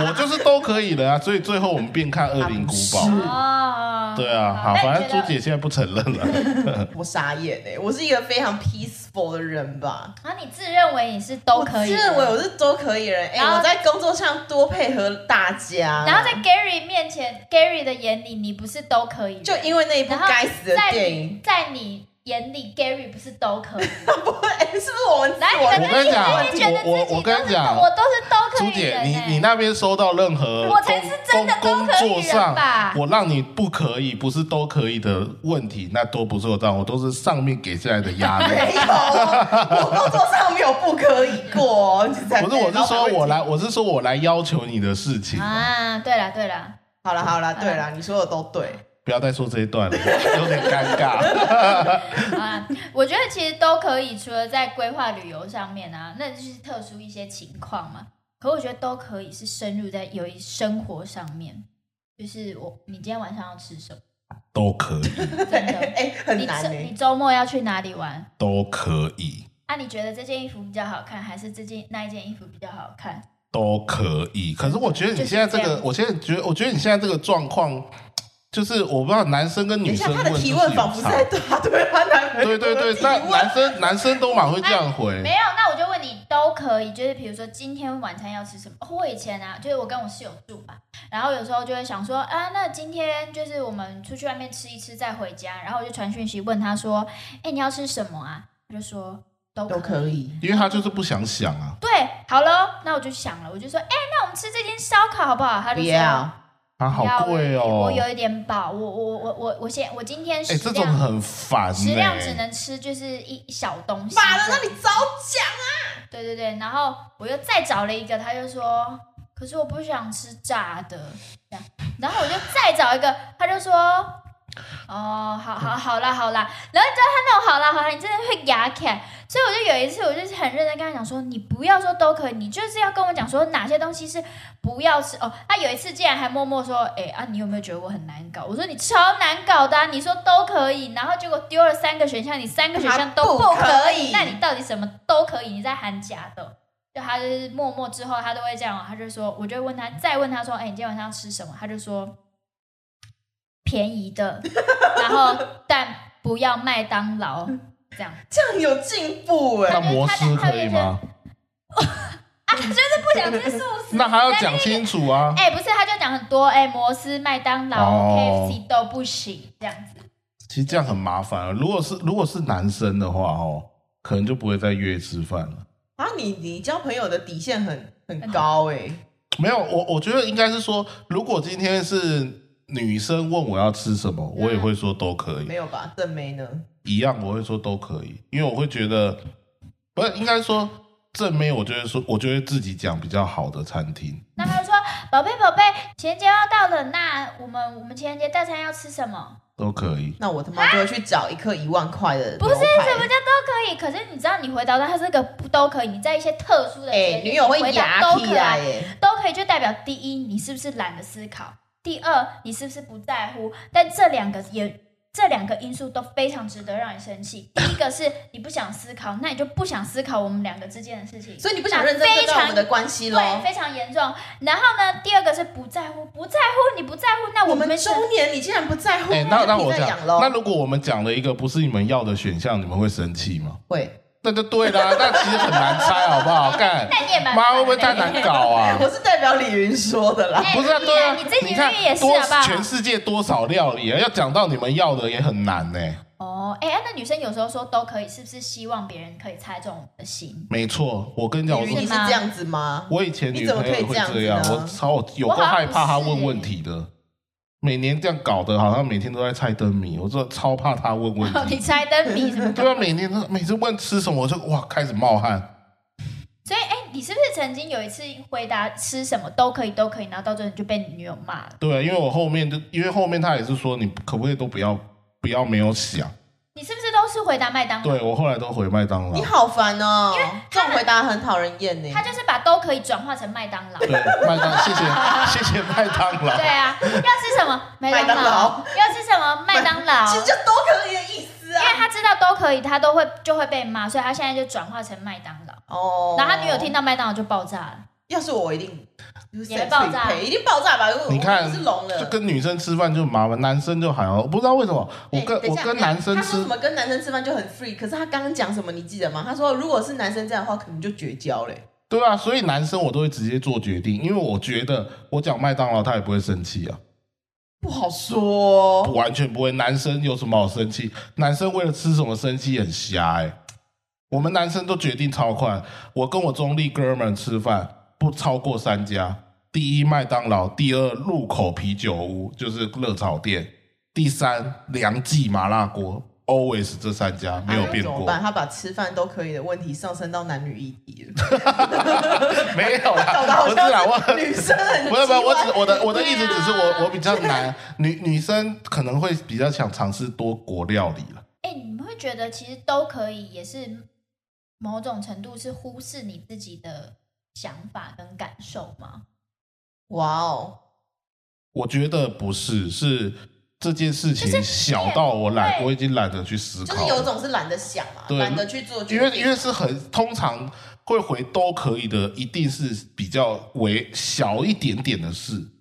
Speaker 3: 我就是都可以的啊，所以最后我们便看恶灵古堡。
Speaker 2: 哦，
Speaker 3: 对啊，好，
Speaker 2: 那你
Speaker 3: 反正
Speaker 2: 觉
Speaker 3: 朱
Speaker 2: 得
Speaker 3: 姐现在不承认了。
Speaker 1: 我傻眼
Speaker 3: 欸
Speaker 1: 哎、我是一个非常 peaceful 的人吧？
Speaker 2: 啊，你自认为你是都可以
Speaker 1: 我自
Speaker 2: 人，
Speaker 1: 认为我是都可以人。哎、
Speaker 2: 然后
Speaker 1: 我在工作上多配合大家。
Speaker 2: 然后在 Gary 面前，Gary 的眼里，你不是都可以人，
Speaker 1: 就因为那一部
Speaker 2: 然后
Speaker 1: 该死的
Speaker 2: 在
Speaker 1: 电影，
Speaker 2: 你在你眼里，Gary 不是都可以 人。
Speaker 1: 不会、哎是不是我们自
Speaker 2: 来，你
Speaker 1: 我
Speaker 2: 们
Speaker 3: 我跟你讲
Speaker 2: 自己觉得自己
Speaker 3: 我我我跟你讲
Speaker 2: 都是我都是都可
Speaker 3: 朱
Speaker 2: 以
Speaker 3: 姐，
Speaker 2: 人
Speaker 3: 你
Speaker 2: 欸
Speaker 3: 你那边收到任何
Speaker 2: 我才
Speaker 3: 工
Speaker 2: 是真的
Speaker 3: 工
Speaker 2: 都可以
Speaker 3: 工作上
Speaker 2: 人吧
Speaker 3: 我让你不可以，不是都可以的问题，那都不是我让我都是上面给下来的压力。
Speaker 1: 没有，哦我工作上没有不可以过哦。你才
Speaker 3: 不是，我是说我来，
Speaker 1: 老板会听。
Speaker 3: 我是说我来要求你的事情，
Speaker 2: 啊，对了对了，
Speaker 1: 好了好了，对了，
Speaker 2: 嗯
Speaker 1: 你说的都对。
Speaker 3: 不要再说这一段了，有点尴尬。
Speaker 2: 啊，我觉得其实都可以，除了在规划旅游上面啊，那就是特殊一些情况嘛。可我觉得都可以是深入在有一生活上面，就是我你今天晚上要吃什么，
Speaker 3: 都可以，
Speaker 2: 真
Speaker 1: 哎、
Speaker 2: 的。
Speaker 1: 很
Speaker 2: 你
Speaker 1: 难
Speaker 2: 周
Speaker 1: 哎、
Speaker 2: 你周末要去哪里玩？
Speaker 3: 都可以，
Speaker 2: 啊，你觉得这件衣服比较好看，还是这件那一件衣服比较好看？
Speaker 3: 都可以。可是我觉得你现在这
Speaker 2: 就是这
Speaker 3: 个，
Speaker 2: 样
Speaker 3: 我现在觉得，我觉得你现在这个状况，就是我不知道男生跟
Speaker 1: 等
Speaker 3: 女
Speaker 1: 一下，
Speaker 3: 生
Speaker 1: 他的提
Speaker 3: 问
Speaker 1: 问
Speaker 3: 是有
Speaker 1: 仿佛
Speaker 3: 差
Speaker 1: 在 答对他男朋
Speaker 3: 对
Speaker 1: 友
Speaker 3: 对
Speaker 1: 的
Speaker 3: 对，
Speaker 1: 提
Speaker 3: 那
Speaker 1: 问
Speaker 3: 男生男生都蛮会这样
Speaker 1: 哎
Speaker 3: 回。
Speaker 2: 没有，那我就问你都可以，就是比如说今天晚餐要吃什么？哦我以前啊，就是我跟我室友住嘛，然后有时候就会想说啊，那今天就是我们出去外面吃一吃再回家，然后我就传讯息问他说，哎，你要吃什么啊？他就说都
Speaker 1: 都可。以。
Speaker 3: 因为他就是不想想啊
Speaker 2: 对，好了，那我就想了，我就说，哎，那我们吃这间烧烤好不好？他
Speaker 1: 不
Speaker 2: 就说
Speaker 1: 要，
Speaker 3: 啊，
Speaker 2: 不要
Speaker 3: 好贵哦。
Speaker 2: 我有一点饱，我我我我我先我今天
Speaker 3: 哎、
Speaker 2: 食
Speaker 3: 这种
Speaker 2: 量、
Speaker 3: 很烦、欸。
Speaker 2: 食量只能吃就是一一小东西。
Speaker 1: 妈的，那你早讲啊！
Speaker 2: 对对对，然后我又再找了一个，他就说，可是我不想吃炸的，这样，然后我就再找一个，他就说，哦，好好好啦好啦，然后你知道他那种好啦好啦，你真的会牙起来，所以我就有一次，我就是很认真跟他讲说，你不要说都可以，你就是要跟我讲说哪些东西是不要吃哦。他有一次竟然还默默说，哎啊，你有没有觉得我很难搞？我说你超难搞的啊、你说都可以，然后结果丢了三个选项，你三个选项都
Speaker 1: 他不
Speaker 2: 可
Speaker 1: 可以
Speaker 2: 那你到底什么都可以？你在喊假的。就他就是默默之后，他都会这样哦，他就说，我就会问他，再问他说，哎、你今天晚上要吃什么？他就说便宜的， 然后但不要麦当劳这样。
Speaker 1: 这样有进步哎、
Speaker 3: 那摩斯
Speaker 2: 他
Speaker 3: 可
Speaker 2: 就觉
Speaker 3: 以吗
Speaker 2: 得？啊，就是不想吃素食。
Speaker 3: 那还要讲清楚啊。
Speaker 2: 哎、不是，他就讲很多，哎、摩斯、麦当劳、
Speaker 3: 哦
Speaker 2: KFC 都不行，这样子。
Speaker 3: 其实这样很麻烦啊。如果是如果是男生的话哦，可能就不会再约吃饭了。
Speaker 1: 啊，你你交朋友的底线很很高哎、
Speaker 3: 没有，我我觉得应该是说，如果今天是女生问我要吃什么，
Speaker 2: 嗯
Speaker 3: 我也会说都可以
Speaker 1: 没，有吧？正妹呢？
Speaker 3: 一样我会说都可以，因为我会觉得，不是应该说正妹，我就会说，我就会自己讲比较好的餐厅。
Speaker 2: 那他就说，宝贝宝贝，情人节要到了，那我们我们情人节大餐要吃什么？
Speaker 3: 都可以，
Speaker 1: 那我他妈就会去找一颗一万块的
Speaker 2: 不是
Speaker 1: 牛排
Speaker 2: 什么叫都可以？可是你知道，你回答到他这个不都可以，你在一些特殊的节
Speaker 1: 哎、
Speaker 2: 点
Speaker 1: 女友会
Speaker 2: 你回答
Speaker 1: 牙啊欸
Speaker 2: 都
Speaker 1: 起
Speaker 2: 可
Speaker 1: 来
Speaker 2: 以，
Speaker 1: 耶、
Speaker 2: 都可以，就代表第一，你是不是懒得思考；第二，你是不是不在乎。但这两个也这两个因素都非常值得让你生气。第一个是你不想思考，那你就不想思考我们两个之间的事情，
Speaker 1: 所以你不想认真对待我们的关系喽？
Speaker 2: 对，非常严重。然后呢，第二个是不在乎，不在乎，你不在乎，那
Speaker 1: 我
Speaker 2: 我
Speaker 1: 们
Speaker 2: 们是
Speaker 1: 中年你竟然不在乎，
Speaker 3: 哎、那那
Speaker 1: 就
Speaker 3: 我
Speaker 1: 屁在
Speaker 3: 讲
Speaker 1: 养，喽
Speaker 3: 那如果我们讲了一个不是你们要的选项，你们会生气吗？
Speaker 1: 会，
Speaker 3: 那就对啦， 那其实很难猜，好不好？干，
Speaker 2: 那你也蛮
Speaker 3: 妈会不会太难搞 啊？
Speaker 1: 我是代表李云说的啦。
Speaker 2: 哎
Speaker 3: 不是啊，
Speaker 2: 你
Speaker 3: 对啊，
Speaker 2: 你自己
Speaker 3: 你看
Speaker 2: 去也是
Speaker 3: 多
Speaker 2: 好不好
Speaker 3: 全世界多少料理啊，要讲到你们要的也很难呢、
Speaker 2: 哦，哎、那女生有时候说都可以，是不是希望别人可以猜中我们的心？
Speaker 3: 没错，我跟你讲，
Speaker 1: 李
Speaker 3: 我
Speaker 1: 云，你是
Speaker 2: 是吗
Speaker 1: 这样子吗？
Speaker 3: 我以前女
Speaker 1: 你怎
Speaker 3: 朋友
Speaker 1: 么可以
Speaker 3: 会
Speaker 1: 这样
Speaker 3: 这
Speaker 1: 子
Speaker 3: 样啊
Speaker 1: 呢，
Speaker 3: 我超有
Speaker 2: 我
Speaker 3: 够
Speaker 2: 好像
Speaker 3: 害怕她
Speaker 2: 不是
Speaker 3: 问问
Speaker 2: 欸
Speaker 3: 题的。每年这样搞得，好像每天都在猜灯谜，我真的超怕她问问
Speaker 2: 哦 你
Speaker 3: 题。
Speaker 2: 猜灯谜什么？
Speaker 3: 对啊，每年都每次问吃什么，我就哇开始冒汗。
Speaker 2: 所以，哎、你是不是曾经有一次回答吃什么都可以，都可以，然后到最后你就被你女友骂了？
Speaker 3: 对啊，因为我后面就因为后面她也是说，你可不可以都不要不要没有想。
Speaker 2: 你是不是都是回答麦当劳？
Speaker 3: 对我后来都回麦当劳
Speaker 1: 你，好烦哦
Speaker 2: 因为，
Speaker 1: 这
Speaker 2: 他
Speaker 1: 种回答很讨人厌呢。
Speaker 2: 他就是把都可以转化成麦当劳。
Speaker 3: 对麦当， 谢谢谢谢麦当劳
Speaker 2: 对。啊，要吃什么麦当
Speaker 1: 麦当劳
Speaker 2: 劳？要吃什么麦当劳？
Speaker 1: 其实就都可以的意思
Speaker 2: 因为
Speaker 1: 啊。
Speaker 2: 他知道都可以，他都会就会被骂，所以他现在就转化成麦当劳。
Speaker 1: 哦
Speaker 2: 然后他女友听，到麦当劳就爆炸了。
Speaker 1: 要是我一定
Speaker 2: 也会爆炸
Speaker 1: 一定爆炸吧？因为我
Speaker 3: 你看
Speaker 1: 我是聋
Speaker 3: 就
Speaker 1: 了。
Speaker 3: 跟女生吃饭就麻烦，男生就还好，我不知道为什么我
Speaker 1: 哎
Speaker 3: 跟
Speaker 1: 等一
Speaker 3: 我
Speaker 1: 下
Speaker 3: 跟男生
Speaker 1: 他说
Speaker 3: 吃
Speaker 1: 什么跟男生吃饭就很 free，可是他刚刚讲什么你记得吗？他说如果是男生这样的话，可能就绝交嘞。
Speaker 3: 对啊，所以男生我都会直接做决定，因为我觉得我讲麦当劳他也不会生气啊，
Speaker 1: 不好说哦，
Speaker 3: 完全不会。男生有什么好生气？男生为了吃什么生气很瞎哎、我们男生都决定超快，我跟我中立哥们吃饭不超过三家，第一麦当劳，第二路口啤酒屋就是热炒店，第三梁记麻辣锅，always 这三家没有
Speaker 1: 啊那
Speaker 3: 变
Speaker 1: 怎么
Speaker 3: 过。
Speaker 1: 办？他把吃饭都可以的问题上升到男女一体 了，
Speaker 3: 没
Speaker 1: 搞
Speaker 3: 有
Speaker 1: 得
Speaker 3: 啦，
Speaker 1: 好
Speaker 3: 我只然
Speaker 1: 像
Speaker 3: 我
Speaker 1: 是女生很
Speaker 3: 不是不是，我只我的我的
Speaker 2: 对啊
Speaker 3: 意思只是我我比较
Speaker 1: 啊
Speaker 3: 难，女女生可能会比较想尝试多国料理了。
Speaker 2: 哎、你们会觉得其实都可以，也是某种程度是忽视你自己的想法跟感受吗？
Speaker 1: 哇哦，
Speaker 3: 我觉得不是，是这件事
Speaker 2: 就是
Speaker 3: 情小到我懒，
Speaker 2: 对
Speaker 3: 我已经懒得去思
Speaker 1: 就
Speaker 3: 考
Speaker 1: 是
Speaker 3: 了。
Speaker 1: 有种是懒得想嘛，
Speaker 3: 对
Speaker 1: 懒得去做决
Speaker 3: 因
Speaker 1: 定，
Speaker 3: 为因为是很通常会回都可以的，一定是比较为小一点点的事。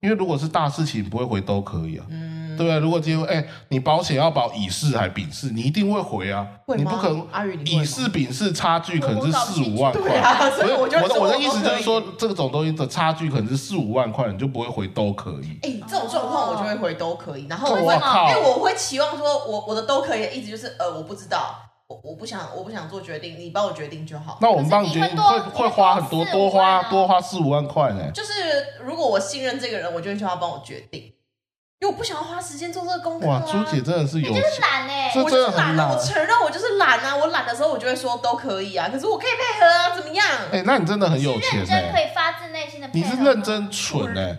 Speaker 3: 因为如果是大事情，不会回都可以啊，
Speaker 1: 嗯，
Speaker 3: 对不对？如果今天哎、你保险要保乙式还丙式，你一定会回啊，
Speaker 1: 会
Speaker 3: 你
Speaker 1: 吗
Speaker 3: 不可能
Speaker 1: 阿宇你会吗
Speaker 3: 乙式丙式差距可能是
Speaker 2: 我搞不
Speaker 3: 四
Speaker 2: 清楚
Speaker 3: 五万块，
Speaker 1: 对啊，所
Speaker 3: 不
Speaker 1: 以
Speaker 3: 是
Speaker 1: 我
Speaker 3: 我
Speaker 1: 就
Speaker 3: 的我的意思就
Speaker 1: 都可
Speaker 3: 是
Speaker 1: 以
Speaker 3: 说，这种东西的差距可能是四五万块，你就不会回都可以。
Speaker 1: 哎、这种状况我就会回都可以，然后我
Speaker 3: 这
Speaker 1: 会，
Speaker 3: 我靠
Speaker 1: 因为我会期望说我，我的都可以的意思就是，呃，我不知道，我我不想，我不想做决定，你帮我决定就好。
Speaker 3: 那我们帮
Speaker 2: 哦可是
Speaker 3: 决
Speaker 2: 你
Speaker 3: 定
Speaker 2: 会
Speaker 3: 会
Speaker 2: 多
Speaker 3: 会花很多，
Speaker 2: 你会多
Speaker 3: 多
Speaker 2: 四五
Speaker 3: 花
Speaker 2: 万啊
Speaker 3: 多花四五万块呢、
Speaker 1: 就是如果我信任这个人，我就会叫他帮我决定，因为我不想要花时间做这个功课、啊。
Speaker 3: 哇，朱姐真的是
Speaker 2: 你
Speaker 3: 有
Speaker 2: 就是懒哎、
Speaker 3: 这
Speaker 1: 我就是
Speaker 3: 真的
Speaker 1: 懒
Speaker 3: 很懒
Speaker 1: 啊，我承认我就是懒啊，我懒的时候我就会说都可以啊，可是我可以配合啊，怎么样？
Speaker 3: 哎、那你真的很有
Speaker 2: 是
Speaker 3: 钱
Speaker 2: 认
Speaker 3: 哎、
Speaker 2: 真可以发自内心的配
Speaker 3: 你
Speaker 2: 合吗。
Speaker 3: 是认真蠢哎、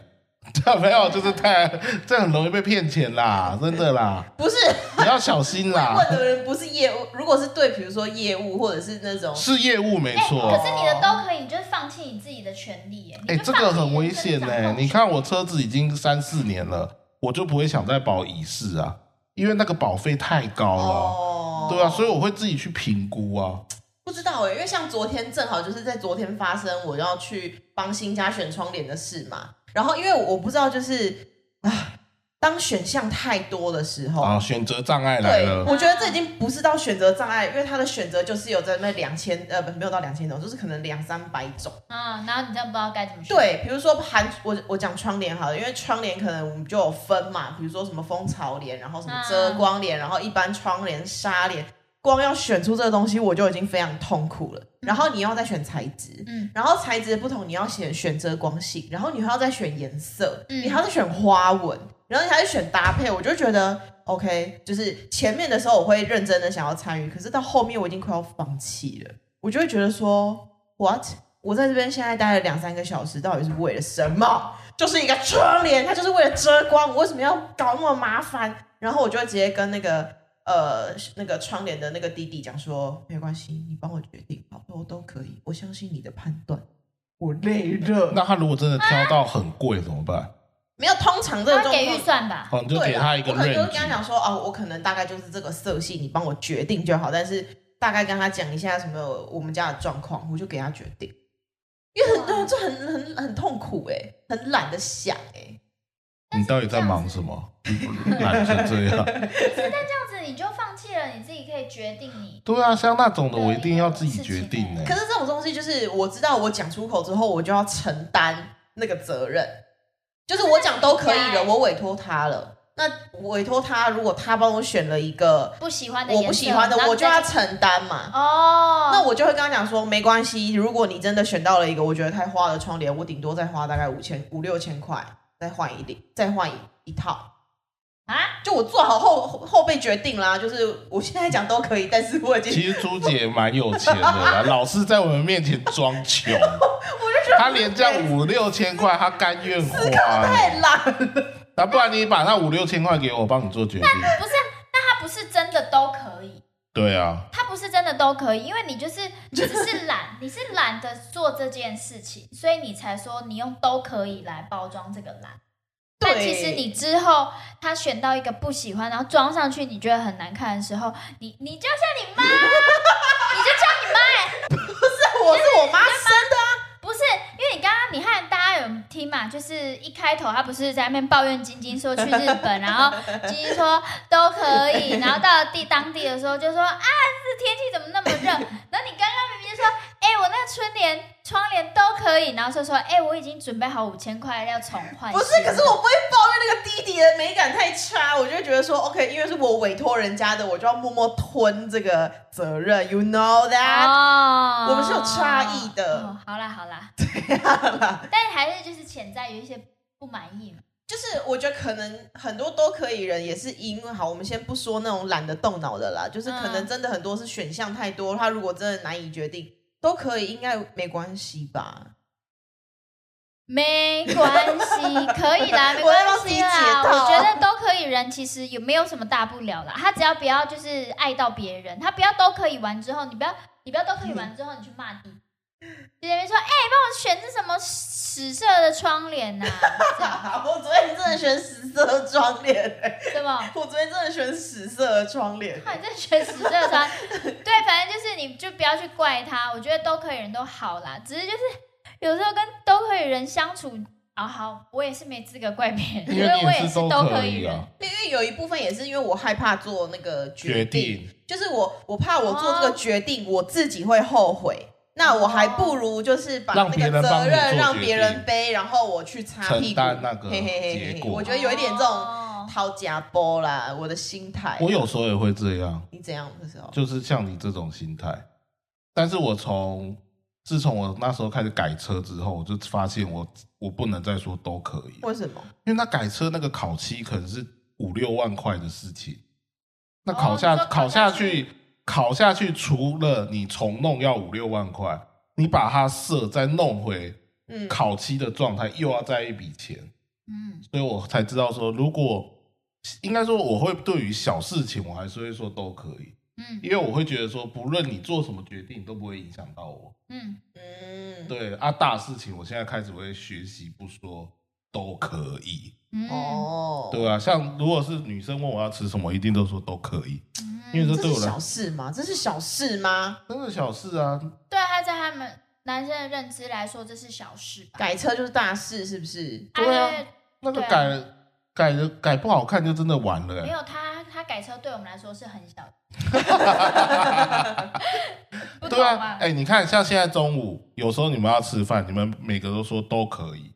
Speaker 3: 欸，没有，就是太这很容易被骗钱啦，真的啦，
Speaker 1: 不是
Speaker 3: 你要小心 啦
Speaker 1: 问。的人不是业务，如果是对，比如说业务或者是那种
Speaker 3: 是业务没
Speaker 2: 哎、
Speaker 3: 错，
Speaker 2: 可是你
Speaker 1: 哦
Speaker 2: 的都可以，你就是放弃你自己的权利哎、
Speaker 3: 哎、
Speaker 2: 你就
Speaker 3: 这
Speaker 2: 放弃
Speaker 3: 个很危
Speaker 2: 你
Speaker 3: 险
Speaker 2: 的
Speaker 3: 呢、
Speaker 2: 掌控
Speaker 3: 你看我车子已经三四年了，我就不会想再保乙式啊，因为那个保费太高了。
Speaker 1: 哦，
Speaker 3: 对啊，所以我会自己去评估啊。
Speaker 1: 不知道哎、因为像昨天正好就是在昨天发生我要去帮新家选窗帘的事嘛，然后因为我不知道就是啊，当选项太多的时
Speaker 2: 哦
Speaker 1: 候。
Speaker 3: 啊，选择障碍来
Speaker 1: 对，
Speaker 3: 了，
Speaker 1: 我觉得这已经不是到选择障碍，因为他的选择就是有在那两千呃，不没有到两千种，就是可能两三百种。
Speaker 2: 啊，然后你这样不知道该怎么选。
Speaker 1: 对，比如说韩，我我讲窗帘好了，因为窗帘可能我们就有分嘛，比如说什么蜂巢帘，然后什么遮光帘，然后一般窗帘、纱帘，光要选出这个东西我就已经非常痛苦了。然后你要再选材质，
Speaker 2: 嗯
Speaker 1: 然后材质的不同，你要选选遮光性，然后你还要再选颜色，
Speaker 2: 嗯
Speaker 1: 你还要再选花纹，然后你还要选搭配，我就觉得 OK，就是前面的时候我会认真的想要参与，可是到后面我已经快要放弃了，我就会觉得说 What？我在这边现在待了两三个小时，到底是为了什么？就是一个窗帘，它就是为了遮光，我为什么要搞那么麻烦？然后我就会直接跟那个呃那个窗帘的那个弟弟讲说，没关系，你帮我决定，好，我都可以，我相信你的判断。我累了，
Speaker 3: 那他如果真的挑到很贵怎么办？
Speaker 1: 没有，通常这个
Speaker 2: 他
Speaker 1: 状
Speaker 2: 会给预
Speaker 1: 况。
Speaker 2: 算吧。
Speaker 3: 哦，你就
Speaker 1: 啊对
Speaker 3: 给
Speaker 1: 啦
Speaker 3: 他一个
Speaker 1: 我可能就跟他
Speaker 3: range。
Speaker 1: 讲说，哦，我可能大概就是这个色系，你帮我决定就好。但是大概跟他讲一下什么我们家的状况，我就给他决定。因为很
Speaker 2: 哇
Speaker 1: 这很很很痛苦哎、很懒得想哎、
Speaker 3: 你到底在忙 什么？懒成这样。
Speaker 2: 这样子你就放弃了，你自己可以决定你。
Speaker 3: 对啊，像那种的我一定要自己决定欸呢、
Speaker 1: 可是这种东西就是我知道我讲出口之后，我就要承担那个责任，就是我讲都可以了，我委托他了。那委托他，如果他帮我选了一个
Speaker 2: 不喜欢的
Speaker 1: 我
Speaker 2: 颜色，
Speaker 1: 不喜欢的
Speaker 2: 然，后
Speaker 1: 我
Speaker 2: 你
Speaker 1: 就
Speaker 2: 再
Speaker 1: 要
Speaker 2: 去
Speaker 1: 承担嘛。
Speaker 2: 哦。
Speaker 1: 那我就会跟他讲说，没关系，如果你真的选到了一个我觉得太花的窗帘，我顶多再花大概五千五六千块，再换一顶，再换一一套。
Speaker 2: 啊，
Speaker 1: 就我做好后后后备决定啦，就是我现在讲都可以，但是我已经
Speaker 3: 其实朱姐蛮有钱 的啦，老是在我们面前装穷。她连这样五六千块，她甘愿花、欸
Speaker 1: 太懒了。
Speaker 3: 那不然你把那五六千块给我，我帮你做决定。
Speaker 2: 不是啊，那他不是真的的都可以，
Speaker 3: 对啊，
Speaker 2: 他不是真的都可以，因为你就是你只是懒，你是懒得做这件事情，所以你才说你用都可以来包装这个懒。但
Speaker 1: 对
Speaker 2: 其实你之后他选到一个不喜欢，然后装上去你觉得很难看的时候，你你就像你妈，你就叫你妈，
Speaker 1: 我是我妈生的，
Speaker 2: 不是，因为你刚刚你看大家有听嘛，就是一开头他不是在那边抱怨晶晶说去日本，啊然后晶晶说都可以，然后到了地当地的时候就说啊，这天气怎么那么热？然后你刚刚明明说，哎、我那个春联窗帘都可以，然后就说，哎、我已经准备好五千块要重换
Speaker 1: 不
Speaker 2: 新的。
Speaker 1: 是，可是我不会抱怨那个弟弟的美感太差，我就会觉得说 OK，因为是我委托人家的，我就要默默吞这个责任，you know that？
Speaker 2: 哦，
Speaker 1: 我们是有差异的啊
Speaker 2: 哦，好啦好 啦，
Speaker 1: 啦
Speaker 2: 但还是就是潜在有一些不满意嘛。
Speaker 1: 就是我觉得可能很多都可以人也是因为好，我们先不说那种懒得动脑的啦，就是可能
Speaker 2: 嗯
Speaker 1: 真的很多是选项太多，他如果真的难以决定，都可以，应该没关系吧？
Speaker 2: 没关系，可 以啦，没
Speaker 1: 我
Speaker 2: 关
Speaker 1: 要帮自己
Speaker 2: 系
Speaker 1: 解
Speaker 2: 啦。
Speaker 1: 套
Speaker 2: 我觉得都可以，人其实也没有什么大不了啦。他只要不要就是爱到别人，他不要都可以玩之后，你不要你不要都可以玩之后，你去骂弟弟，就在那边说，哎、帮我选这什么史色的窗帘呐、这样
Speaker 1: 我昨天真的选屎色的窗帘、欸，
Speaker 2: 什么？
Speaker 1: 我昨天真的选屎色的窗帘、
Speaker 2: 看你在选史色的窗，对，反正就是你就不要去怪他。我觉得都可以人都好啦，只是就是有时候跟都可以人相处。啊、好，我也是没资格怪别人，因
Speaker 3: 因为
Speaker 2: 为
Speaker 3: 你
Speaker 2: 我也是
Speaker 3: 也是都
Speaker 2: 都
Speaker 3: 可
Speaker 2: 以
Speaker 3: 以
Speaker 2: 人。
Speaker 3: 啊，
Speaker 1: 因为有一部分也是因为我害怕做那个
Speaker 3: 决
Speaker 1: 决
Speaker 3: 定。
Speaker 1: 就是我我怕我做这
Speaker 2: 哦
Speaker 1: 个决定，我自己会后悔。那我还不如就是把
Speaker 3: 让
Speaker 1: 那
Speaker 3: 别
Speaker 1: 个
Speaker 3: 人帮
Speaker 1: 责
Speaker 3: 你
Speaker 1: 任
Speaker 3: 做
Speaker 1: 让
Speaker 3: 决
Speaker 1: 别
Speaker 3: 定
Speaker 1: 人背，然后我去擦屁
Speaker 3: 承
Speaker 1: 股
Speaker 3: 担那个
Speaker 1: 嘿嘿嘿嘿
Speaker 3: 结
Speaker 1: 嘿，
Speaker 3: 果
Speaker 1: 我觉得有一点这种
Speaker 2: 哦
Speaker 1: 掏假包啦，我的心态。
Speaker 3: 我有时候也会这样，
Speaker 1: 你怎样的时候？
Speaker 3: 就是像你这种心态。但是我从自从我那时候开始改车之后，我就发现我我不能再说都可以，
Speaker 1: 为什么？
Speaker 3: 因为他改车那个烤漆可能是五六万块的事情，那烤下、
Speaker 2: 哦你说烤
Speaker 3: 烤
Speaker 2: 下
Speaker 3: 下去烤下去，除了你重弄要五六万块，你把它色再弄回
Speaker 1: 嗯，
Speaker 3: 烤漆的状态，又要再一笔钱。
Speaker 2: 嗯，
Speaker 3: 所以我才知道说，如果应该说我会对于小事情，我还是会说都可以，
Speaker 2: 嗯
Speaker 3: 因为我会觉得说，不论你做什么决定都不会影响到我。
Speaker 2: 嗯，
Speaker 1: 嗯，
Speaker 3: 对啊，大事情我现在开始会学习不说都可以，
Speaker 2: 嗯，
Speaker 1: 哦，
Speaker 3: 对啊，像如果是女生问我要吃什么，一定都说都可以，
Speaker 2: 嗯
Speaker 3: 因为这
Speaker 1: 这
Speaker 3: 对
Speaker 1: 是
Speaker 3: 我来
Speaker 1: 小事吗？这是小事吗？
Speaker 3: 真的小事啊，
Speaker 2: 对他在他们男生的认知来说，这是小事吧？
Speaker 1: 改车就是大事，是不是？
Speaker 3: 对啊
Speaker 2: 哎
Speaker 3: 那个
Speaker 2: 对啊
Speaker 3: 改、改的改不好看就真的完了、
Speaker 2: 没
Speaker 3: 欸。
Speaker 2: 有他，他改车对我们来说是很小的， 不懂
Speaker 3: 对啊
Speaker 2: 吗，？
Speaker 3: 哎、你看，像现在中午，有时候你们要吃饭，你们每个都说都可以，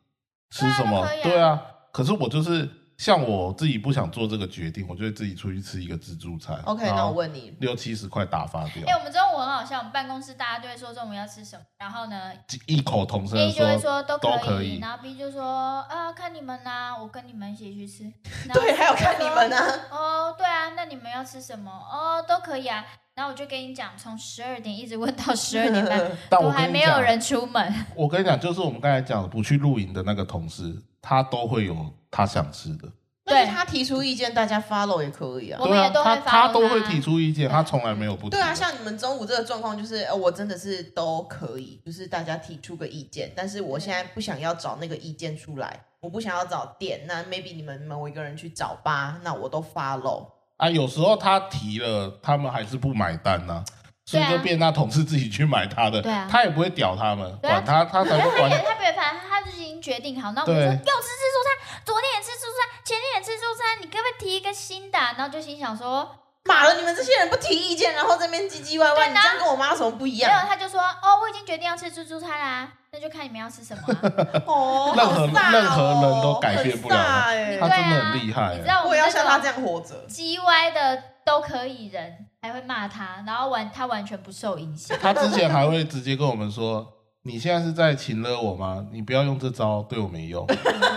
Speaker 3: 吃什么？
Speaker 2: 对啊都可以啊
Speaker 3: 对啊，可是我就是像我自己不想做这个决定，我就会自己出去吃一个自助餐。
Speaker 1: OK，
Speaker 3: 然后
Speaker 1: 那我问你，
Speaker 3: 六七十块打发掉
Speaker 2: 哎、，我们中午很好笑，我们办公室大家就会说中午要吃什么，然后呢
Speaker 3: 异口同声
Speaker 2: ，A
Speaker 3: 的
Speaker 2: 就会
Speaker 3: 说
Speaker 2: 说都
Speaker 3: 都可以
Speaker 2: 然后 B 就说啊看你们啦、我跟你们一起去吃。然后
Speaker 1: 对，还有看你们呢、
Speaker 2: 哦，对啊，那你们要吃什么？哦，都可以啊。然后我就跟你讲，从十二点一直问到十二点半，
Speaker 3: 但
Speaker 2: 都
Speaker 3: 我
Speaker 2: 还
Speaker 3: 跟你
Speaker 2: 没有
Speaker 3: 讲，
Speaker 2: 人出门。
Speaker 3: 我跟你讲，就是我们刚才讲的不去露营的那个同事，他都会有他想吃的，
Speaker 1: 但
Speaker 2: 对
Speaker 1: 是他提出意见，大家 follow 也可以啊
Speaker 2: 我。
Speaker 3: 对
Speaker 2: 们也
Speaker 3: 啊，
Speaker 2: 都会 follow
Speaker 3: 他他都会
Speaker 2: 他
Speaker 3: 提出意见，
Speaker 2: 对
Speaker 3: 他从来没有不提
Speaker 1: 对啊，
Speaker 3: 的
Speaker 1: 像你们中午这个状况，就是、呃、我真的是都可以，就是大家提出个意见，但是我现在不想要找那个意见出来，我不想要找店，那 maybe 你们某一个人去找吧，那我都 follow。
Speaker 3: 啊，有时候他提了，他们还是不买单呐、所
Speaker 2: 对
Speaker 3: 以
Speaker 2: 啊
Speaker 3: 就变他同事自己去买他的，
Speaker 2: 对啊
Speaker 3: 他也不会屌他们，
Speaker 2: 对啊
Speaker 3: 管他，他才
Speaker 2: 然后
Speaker 3: 不
Speaker 2: 他也
Speaker 3: 管。
Speaker 2: 他不会烦，他就是已经决定好。那我们说
Speaker 3: 对
Speaker 2: 要吃自助餐，昨天也吃自助餐，前天也吃自助餐，你可不可以提一个新的啊、然后就心想说，
Speaker 1: 马了，你们这些人不提意见，然后这边唧唧歪歪，
Speaker 2: 对
Speaker 1: 你
Speaker 2: 然
Speaker 1: 这
Speaker 2: 后
Speaker 1: 样跟我妈有什么不一
Speaker 2: 没有，
Speaker 1: 样？
Speaker 2: 他就说哦，我已经决定要吃自助餐啦，那就看你们要吃什么啊、
Speaker 1: 哦，
Speaker 3: 任
Speaker 1: 好
Speaker 3: 何
Speaker 1: 飒哦
Speaker 3: 任何人都改变不了
Speaker 1: 很飒
Speaker 3: 他
Speaker 1: 欸
Speaker 3: 真
Speaker 2: 对
Speaker 3: 的
Speaker 2: 啊，
Speaker 3: 很厉害
Speaker 2: 你知道我
Speaker 1: 我也
Speaker 2: 们
Speaker 1: 要
Speaker 2: 这
Speaker 1: 像他这
Speaker 2: 种
Speaker 1: 样活着。
Speaker 2: 叽歪的都可以人，还会骂他，然后完他完全不受影响。
Speaker 3: 他之前还会直接跟我们说：“你现在是在请了我吗？你不要用这招，对我没用。”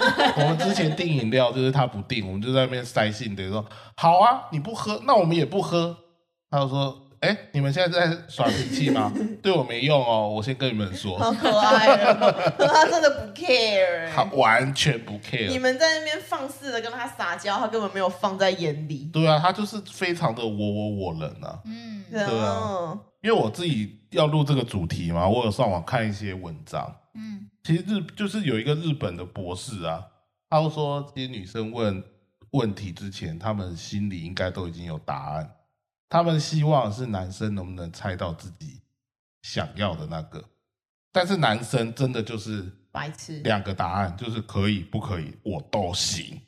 Speaker 3: 我们之前订饮料就是他不订，我们就在那边塞信的说：“好啊，你不喝，那我们也不喝。”他就说：“哎、你们现在在耍脾气吗？ 对我没用哦，我先跟你们说，
Speaker 1: 好可爱哦，他真的不 care，
Speaker 3: 他完全不
Speaker 1: 你
Speaker 3: care。
Speaker 1: 们在那边放肆的跟他撒娇，他根本没有放在眼里。
Speaker 3: 对啊，他就是非常的我我我人啊。
Speaker 2: 嗯，
Speaker 1: 对啊，
Speaker 3: 因为我自己要录这个主题嘛，我有上网看一些文章。
Speaker 2: 嗯，
Speaker 3: 其实日就是有一个日本的博士啊，他就说，其实女生问问题之前，他们心里应该都已经有答案，他们希望是男生能不能猜到自己想要的那个，但是男生真的就是
Speaker 1: 白痴。
Speaker 3: 两个答案，就是可以不可以，我都行。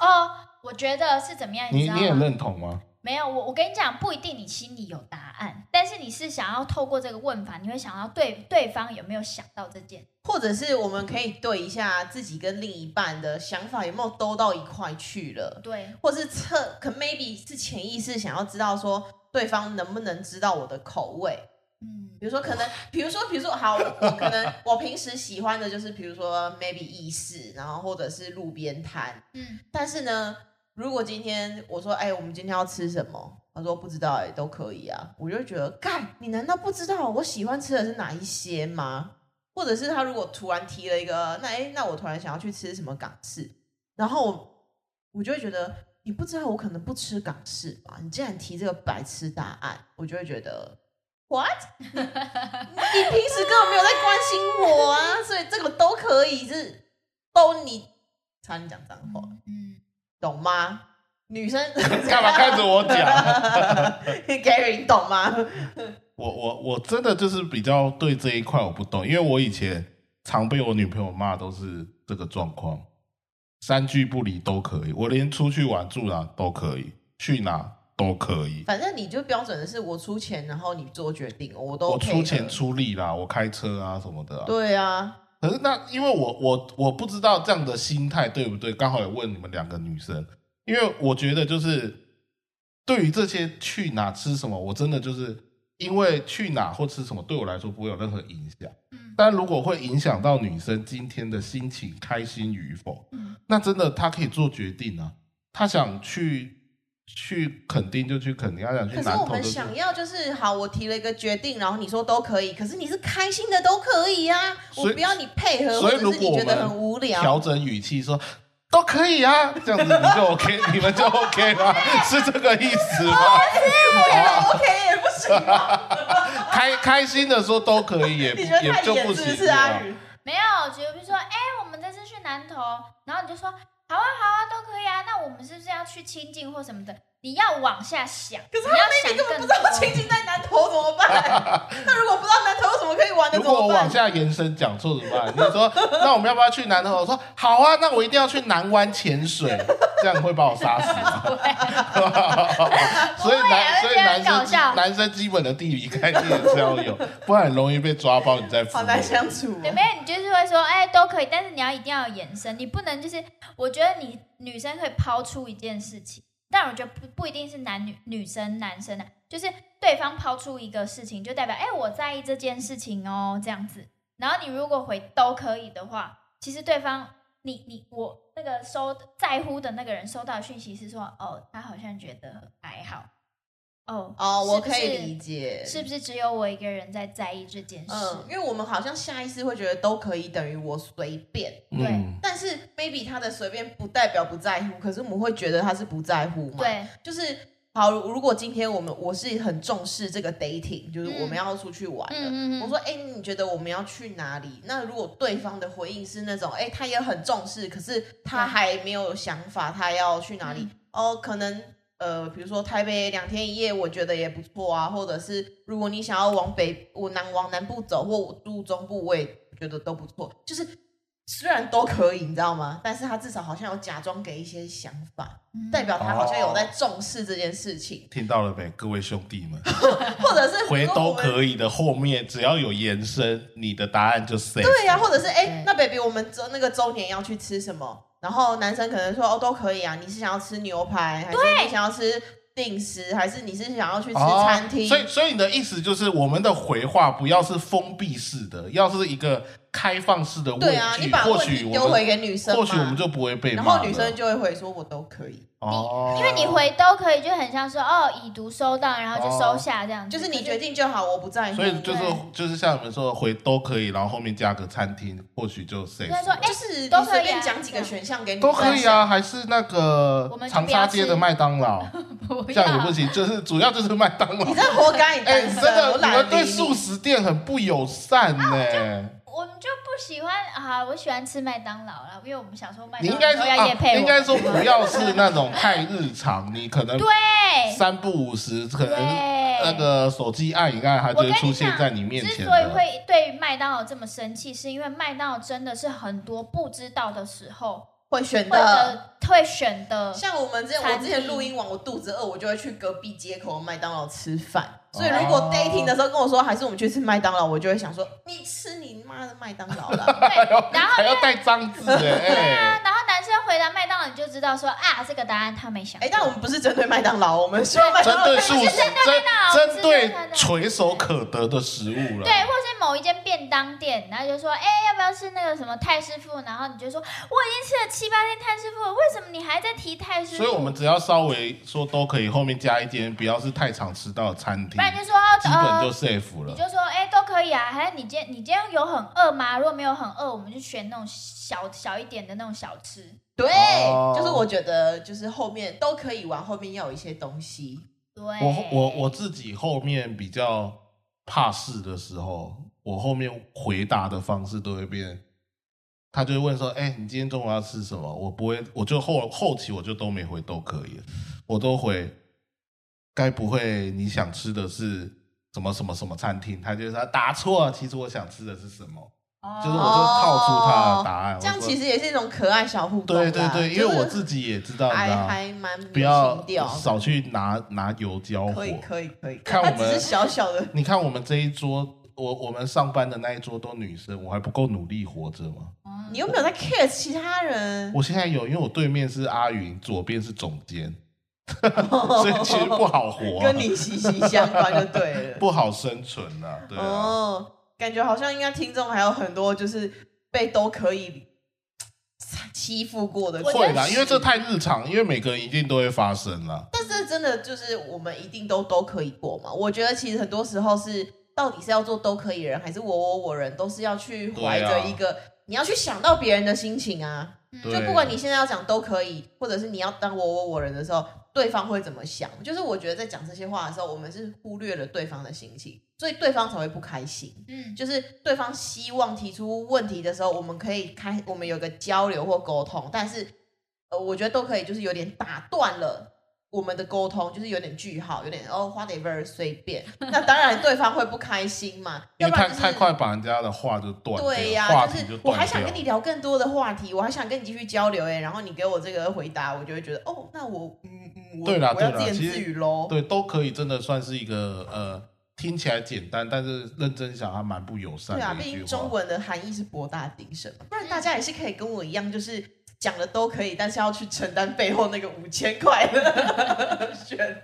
Speaker 2: 哦，我觉得是怎么样，
Speaker 3: 你
Speaker 2: 哎知
Speaker 3: 你也
Speaker 2: 道吗？
Speaker 3: 认同吗？
Speaker 2: 没有，我我跟你讲，不一定你心里有答案，但是你是想要透过这个问法，你会想要对对方有没有想到这件，
Speaker 1: 或者是我们可以对一下自己跟另一半的想法有没有兜到一块去了，
Speaker 2: 对，
Speaker 1: 或是测，可 maybe 是潜意识想要知道说对方能不能知道我的口味。
Speaker 2: 嗯
Speaker 1: 比如说，可能，比如说，比如说，好，我我可能我平时喜欢的就是，比如说 maybe 意式，然后或者是路边摊。
Speaker 2: 嗯
Speaker 1: 但是呢，如果今天我说，哎、我们今天要吃什么？他说不知道、哎，都可以啊。我就觉得，干，你难道不知道我喜欢吃的是哪一些吗？或者是他如果突然提了一个，那哎、那我突然想要去吃什么港式，然后我我就会觉得，你不知道我可能不吃港式吧？你竟然提这个白痴答案，我就会觉得。What？你你平时根本没有在关心我啊，所以这个都可以是都你，差点讲脏话。
Speaker 2: 嗯，
Speaker 1: 懂吗？女 生
Speaker 3: 干嘛看着我 讲？啊
Speaker 1: ？Gary，你懂吗？
Speaker 3: 我我我真的就是比较对这一块我不懂，因为我以前常被我女朋友骂，都是这个状况，三句不离都可以，我连出去玩住哪都可以，去哪都可以，
Speaker 1: 反正你就标准的是我出钱，然后你做决定，我都、
Speaker 3: 我
Speaker 1: OK 的
Speaker 3: 出钱。出力啦，我开车啊什么的、啊。
Speaker 1: 对啊，
Speaker 3: 可是那因为我我我不知道这样的心态对不对，刚好也问你们两个女生，因为我觉得就是对于这些去哪吃什么，我真的就是因为去哪或吃什么对我来说不会有任何影响。
Speaker 2: 嗯
Speaker 3: 但如果会影响到女生今天的心情开心与否，
Speaker 2: 嗯
Speaker 3: 那真的她可以做决定啊。她想去去垦丁就去垦丁，她想去
Speaker 1: 可是
Speaker 3: 南
Speaker 1: 我
Speaker 3: 投
Speaker 1: 们
Speaker 3: 就去
Speaker 1: 想要就是好，我提了一个决定，然后你说都可以，可是你是开心的都可以啊，我
Speaker 3: 所以
Speaker 1: 不要你配合，
Speaker 3: 所以
Speaker 1: 或者
Speaker 3: 如
Speaker 1: 是
Speaker 3: 果
Speaker 1: 你
Speaker 3: 我
Speaker 1: 觉得
Speaker 3: 们
Speaker 1: 很无聊
Speaker 3: 调。整语气说都可以啊，这样子你就 OK，你们就 OK 吗？是这个意思吗？
Speaker 1: 不了啊 OK 也不行
Speaker 3: 哎
Speaker 1: 吗，
Speaker 3: 开开心的说都可以，也不
Speaker 1: 你觉得
Speaker 3: 也
Speaker 1: 太
Speaker 3: 就
Speaker 1: 野
Speaker 3: 不
Speaker 1: 是不
Speaker 3: 行
Speaker 1: 是阿
Speaker 3: 啊。
Speaker 1: 宇？
Speaker 2: 没有，就比如说，哎、我们这次去南投，然后你就说，好啊，好啊，都可以啊。那我们是不是要去清境或什么的？你要往下想，
Speaker 1: 可是
Speaker 2: 你要
Speaker 1: 你
Speaker 2: 想
Speaker 1: 根本
Speaker 2: 更
Speaker 1: 不知
Speaker 2: 多。
Speaker 1: 道亲近在南头怎么 办？那如果不知道南头有什么可以玩的
Speaker 3: 如
Speaker 1: 怎
Speaker 3: 果我
Speaker 1: 么
Speaker 3: 往
Speaker 1: 办？
Speaker 3: 下延伸讲错怎么办？你说那我们要不要去南投？我说好啊，那我一定要去南湾潜水，这样会把我杀死吗。所以男
Speaker 2: 不
Speaker 3: 所
Speaker 2: 会
Speaker 3: 以
Speaker 2: 啊
Speaker 3: 男
Speaker 2: 这样很搞笑
Speaker 3: 生男生基本的地理概念是要有，不然很容易被抓包。你再服
Speaker 1: 好难相处哦、
Speaker 2: 对，没有，你就是会说，哎、都可以，但是你要一定要有延伸，你不能就是，我觉得你女生可以抛出一件事情，但我觉得不不一定是男女女生男生的、啊就是对方抛出一个事情，就代表，哎、我在意这件事情哦，这样子。然后你如果回都可以的话，其实对方你你我那个收在乎的那个人收到的讯息是说，哦，他好像觉得还好，哦
Speaker 1: 哦，我可以
Speaker 2: 是不是
Speaker 1: 理解，
Speaker 2: 是不是只有我一个人在在意这件事？
Speaker 1: 嗯，因为我们好像下意识会觉得都可以等于我随便，
Speaker 3: 嗯，
Speaker 1: 但是 maybe 他的随便不代表不在乎，可是我们会觉得他是不在乎嘛？，
Speaker 2: 对，
Speaker 1: 就是好，如果今天我们我是很重视这个 dating，就是
Speaker 2: 嗯
Speaker 1: 我们要出去玩了。
Speaker 2: 嗯嗯嗯，
Speaker 1: 我说，哎、你觉得我们要去哪里？那如果对方的回应是那种，哎、他也很重视，可是他
Speaker 2: 对嗯
Speaker 1: 还没有想法，他要去哪里？哦，可能呃，比如说台北两天一夜，我觉得也不错啊。或者是如果你想要往北，我南往南部走，或我住中部，我也觉得都不错。就是虽然都可以，你知道吗？但是他至少好像有假装给一些想法，
Speaker 2: 嗯
Speaker 1: 代表他好像有在
Speaker 3: 哦
Speaker 1: 重视这件事情，
Speaker 3: 听到了没，各位兄弟们？
Speaker 1: 或者是
Speaker 3: 回
Speaker 1: 如果
Speaker 3: 都
Speaker 1: 我们
Speaker 3: 可以的后面，只要有延伸，你的答案就 safe。
Speaker 1: 对呀、或者是哎、
Speaker 2: 对
Speaker 1: 那 baby，我们周那个周年要去吃什么？然后男生可能说哦，都可以啊。你是想要吃牛排，还是你想要吃定时，还是你是想要去吃餐厅？
Speaker 3: 所以，所以你的意思就是，我们的回话不要是封闭式的，要是一个开放式的问
Speaker 1: 对啊，
Speaker 3: 句，
Speaker 1: 你把
Speaker 3: 或
Speaker 1: 问
Speaker 3: 许
Speaker 1: 题
Speaker 3: 我
Speaker 1: 丢回
Speaker 3: 们
Speaker 1: 给女生嘛，
Speaker 3: 或许我们就不会被骂
Speaker 1: 然
Speaker 3: 了。
Speaker 1: 后女生就会回说，我都可以，
Speaker 3: 哦，
Speaker 2: 因为你回都可以，就很像说哦，已读收到，然后就收下这样子。
Speaker 3: 哦
Speaker 1: 就是你决
Speaker 2: 定
Speaker 1: 定就好，我不在乎。
Speaker 3: 所以就是
Speaker 2: 对
Speaker 3: 就是像你们说的回都可以，然后后面加个餐厅，或许就 safe
Speaker 2: 他说
Speaker 3: 了
Speaker 2: 哎、
Speaker 1: 就是你
Speaker 2: 都可以啊
Speaker 1: 随便讲几个选项给你
Speaker 3: 都可以
Speaker 1: 分
Speaker 3: 啊，
Speaker 1: 享。
Speaker 3: 还是那
Speaker 2: 我
Speaker 3: 个
Speaker 2: 们就
Speaker 3: 长
Speaker 2: 不要
Speaker 3: 沙
Speaker 2: 吃
Speaker 3: 街的麦当劳，
Speaker 2: 不
Speaker 3: 这样也
Speaker 2: 要
Speaker 3: 不行，就是主要就是麦当劳
Speaker 1: 你。真的活该，你
Speaker 3: 哎、
Speaker 1: 单
Speaker 3: 真
Speaker 1: 身，
Speaker 3: 的，
Speaker 1: 我
Speaker 3: 你们
Speaker 1: 懒得
Speaker 3: 对
Speaker 1: 理
Speaker 3: 素
Speaker 1: 你。
Speaker 3: 食店很不友善呢、
Speaker 2: 我们就不喜欢啊，我喜欢吃麦当劳啦，因为我们小时候麦
Speaker 3: 你应
Speaker 2: 当
Speaker 3: 该
Speaker 2: 劳
Speaker 3: 说、
Speaker 2: 都要夜配
Speaker 3: 啊，
Speaker 2: 我、
Speaker 3: 应该说不要是那种太日常，你可能
Speaker 2: 对
Speaker 3: 三不五时，可
Speaker 2: 哎对
Speaker 3: 能那个手机按一按，它就
Speaker 2: 我
Speaker 3: 会
Speaker 2: 跟
Speaker 3: 出
Speaker 2: 你
Speaker 3: 现
Speaker 2: 讲，
Speaker 3: 在你面
Speaker 2: 之
Speaker 3: 前
Speaker 2: 所以
Speaker 3: 的。
Speaker 2: 会对麦当劳这么生气，是因为麦当劳真的是很多不知道的时候
Speaker 1: 会选
Speaker 2: 或
Speaker 1: 的。
Speaker 2: 者会选 的。
Speaker 1: 像我们之前，
Speaker 2: 嗯餐
Speaker 1: 我
Speaker 2: 厅
Speaker 1: 之前录音完，我肚子饿，我就会去隔壁街口的麦当劳吃饭。
Speaker 2: 哦
Speaker 1: 所以如果 dating 的时候跟我说，还是我们去吃麦当劳，我就会想说，你吃你妈的麦当劳 啦。
Speaker 3: 哎
Speaker 2: 对，然后
Speaker 3: 还要带脏字 哎、哎
Speaker 2: 啊，然后男生回答麦当劳，你就知道说啊，这个答案他没想
Speaker 1: 哎、
Speaker 2: 到。
Speaker 1: 但我们不是针对麦当劳，我们说麦
Speaker 3: 针
Speaker 1: 当劳
Speaker 3: 对素食，针
Speaker 2: 麦
Speaker 3: 针
Speaker 2: 当劳
Speaker 3: 对
Speaker 2: 是真的
Speaker 3: 垂手可得的食物了。
Speaker 2: 对，或是某一间便当店，然后就说，哎、要不要吃那个什么泰师傅？然后你就说，我已经吃了七八天泰师傅了，为什么你还在提泰师傅？
Speaker 3: 所以我们只要稍微说都可以，后面加一间不要是太常迟到的餐厅
Speaker 2: 不，然就说，
Speaker 3: 基本就
Speaker 2: 呃，
Speaker 3: safe
Speaker 2: 你
Speaker 3: 了。
Speaker 2: 就说，哎、都可以啊。还是你今天你今天有很饿吗？如果没有很饿，我们就选那种小小一点的那种小吃。
Speaker 1: 对
Speaker 3: 哦，
Speaker 1: 就是我觉得就是后面都可以玩，后面要有一些东西。
Speaker 2: 对，
Speaker 1: 哎
Speaker 3: 我我我自己后面比较怕事的时候，我后面回答的方式都会变，他就会问说：“哎、你今天中午要吃什么？”我不会，我就后后期我就都没回都可以了，我都回。该不会你想吃的是什么什么什么餐厅？他就说答错了，其实我想吃的是什么，
Speaker 2: 哦
Speaker 3: 就是我就套出他的答案。啊我
Speaker 1: 哦这样
Speaker 3: 说
Speaker 1: 其实也是一种可爱小互动啦。
Speaker 3: 对对对，因为
Speaker 1: 就是
Speaker 3: 我自己也知道，你知
Speaker 1: 还
Speaker 3: 道
Speaker 1: 还蛮
Speaker 3: 不
Speaker 1: 有
Speaker 3: 要
Speaker 1: 情调，
Speaker 3: 少去拿拿油浇火
Speaker 1: 可。以可以可以。
Speaker 3: 看我
Speaker 1: 它只
Speaker 3: 们
Speaker 1: 是小小的，
Speaker 3: 你看我们这一桌，我我们上班的那一桌都女生，我还不够努力活着吗？
Speaker 2: 嗯
Speaker 1: 你又没有在 care 其他人。
Speaker 3: 我现在有，因为我对面是阿云，左边是总监， 所以其实不好活、啊
Speaker 1: 跟，你息息相关就对了。
Speaker 3: 不好生存啊。对啊，
Speaker 1: 哦，感觉好像应该听众还有很多就是被都可以嘖欺负过的
Speaker 2: 我
Speaker 1: 故事，
Speaker 2: 觉得
Speaker 3: 会啦，因为这太日常，因为每个人一定都会发生啦。
Speaker 1: 但是真的就是我们一定都都可以过嘛。我觉得其实很多时候是到底是要做都可以人，还是我我我人，都是要去怀
Speaker 3: 对
Speaker 1: 着
Speaker 3: 啊
Speaker 1: 一个、你要去想到别人的心情啊。
Speaker 2: 嗯
Speaker 3: 对，
Speaker 1: 就不管你现在要讲都可以，或者是你要当我我我人的时候，对方会怎么想？就是我觉得在讲这些话的时候，我们是忽略了对方的心情，所以对方才会不开心。
Speaker 2: 嗯，
Speaker 1: 就是对方希望提出问题的时候，我们可以开，我们有个交流或沟通，但是呃，我觉得都可以，就是有点打断了。我们的沟通就是有点句号，有点哦，whatever 随 便。那当然，对方会不开心嘛，
Speaker 3: 因
Speaker 1: 要
Speaker 3: 为
Speaker 1: 不然
Speaker 3: 太
Speaker 1: 就是
Speaker 3: 太快把人家的话就断掉，
Speaker 1: 对呀、
Speaker 3: 话
Speaker 1: 就
Speaker 3: 题
Speaker 1: 是
Speaker 3: 断掉。
Speaker 1: 我还想跟你聊更多的话题，我还想跟你继续交流哎、然后你给我这个回答，我就会觉得哦，那我嗯嗯，我
Speaker 3: 对啦
Speaker 1: 我要
Speaker 3: 对
Speaker 1: 自
Speaker 3: 啦
Speaker 1: 言
Speaker 3: 其实
Speaker 1: 自语喽。
Speaker 3: 对，都可以，真的算是一个呃，听起来简单，但是认真想还蛮不友善
Speaker 1: 对啊，
Speaker 3: 的
Speaker 1: 毕
Speaker 3: 一
Speaker 1: 竟
Speaker 3: 句话。
Speaker 1: 中文的含义是博大精深嘛，不然大家也是可以跟我一样，就是讲的都可以，但是要去承担背后那个五千块 的选。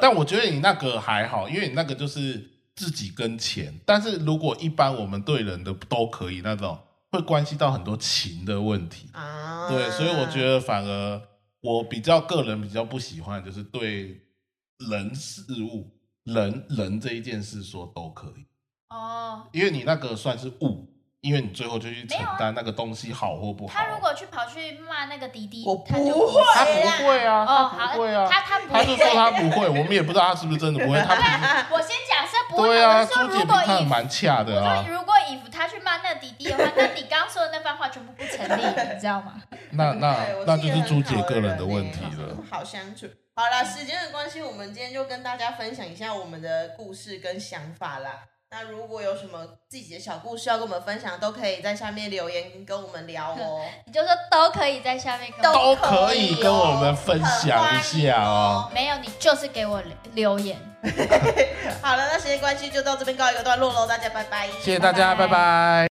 Speaker 3: 但我觉得你那个还好，因为你那个就是自己跟钱。但是如果一般我们对人的都可以那种，会关系到很多情的问题。
Speaker 1: 啊。
Speaker 3: 对，所以我 觉得反而我比较个人比较不喜欢，就是对人事物、人人这一件事说都可以，
Speaker 2: 哦，
Speaker 3: 因为你那个算是物，因为你最后就去承
Speaker 2: 没有啊
Speaker 3: 担那个东西好或不好。
Speaker 2: 他如果去跑去骂那个迪迪，
Speaker 1: 我
Speaker 2: 他就
Speaker 1: 不会
Speaker 3: 他不会啊，
Speaker 2: 哦，
Speaker 3: 他
Speaker 2: 好，
Speaker 3: 不会啊，
Speaker 2: 他他不
Speaker 3: 他就说
Speaker 2: 会。
Speaker 3: 他不会，我们也不知道他是不是真的不会。他平时
Speaker 2: 我先假设不会，
Speaker 3: 对啊，
Speaker 2: 我是
Speaker 3: 朱
Speaker 2: 说
Speaker 3: 姐
Speaker 2: 如
Speaker 3: 平
Speaker 2: 果
Speaker 3: 常也
Speaker 2: if
Speaker 3: 蛮恰的
Speaker 2: 我
Speaker 3: 啊。
Speaker 2: 说，如果以服他去骂那弟弟的话，那你刚刚说的那番话全部不成立，你知道吗？
Speaker 3: 那那
Speaker 1: 对哎我
Speaker 3: 那
Speaker 1: 是
Speaker 3: 就
Speaker 1: 一
Speaker 3: 是朱
Speaker 1: 很
Speaker 3: 姐
Speaker 1: 好
Speaker 3: 个人
Speaker 1: 欸
Speaker 3: 的问题了。
Speaker 1: 好相处。好啦，时间的关系，我们今天就跟大家分享一下我们的故事跟想法啦。那如果有什么自己的小故事要跟我们分享，都可以在下面留言跟我们聊 哦。
Speaker 2: 你就说 都可以在下面跟我，
Speaker 3: 都可以跟我们分享一下哦。
Speaker 2: 没有你就是给我留留言。
Speaker 1: 好了，那时间关系就到这边告一个段落喽，大家拜拜。
Speaker 3: 谢谢大家，拜拜。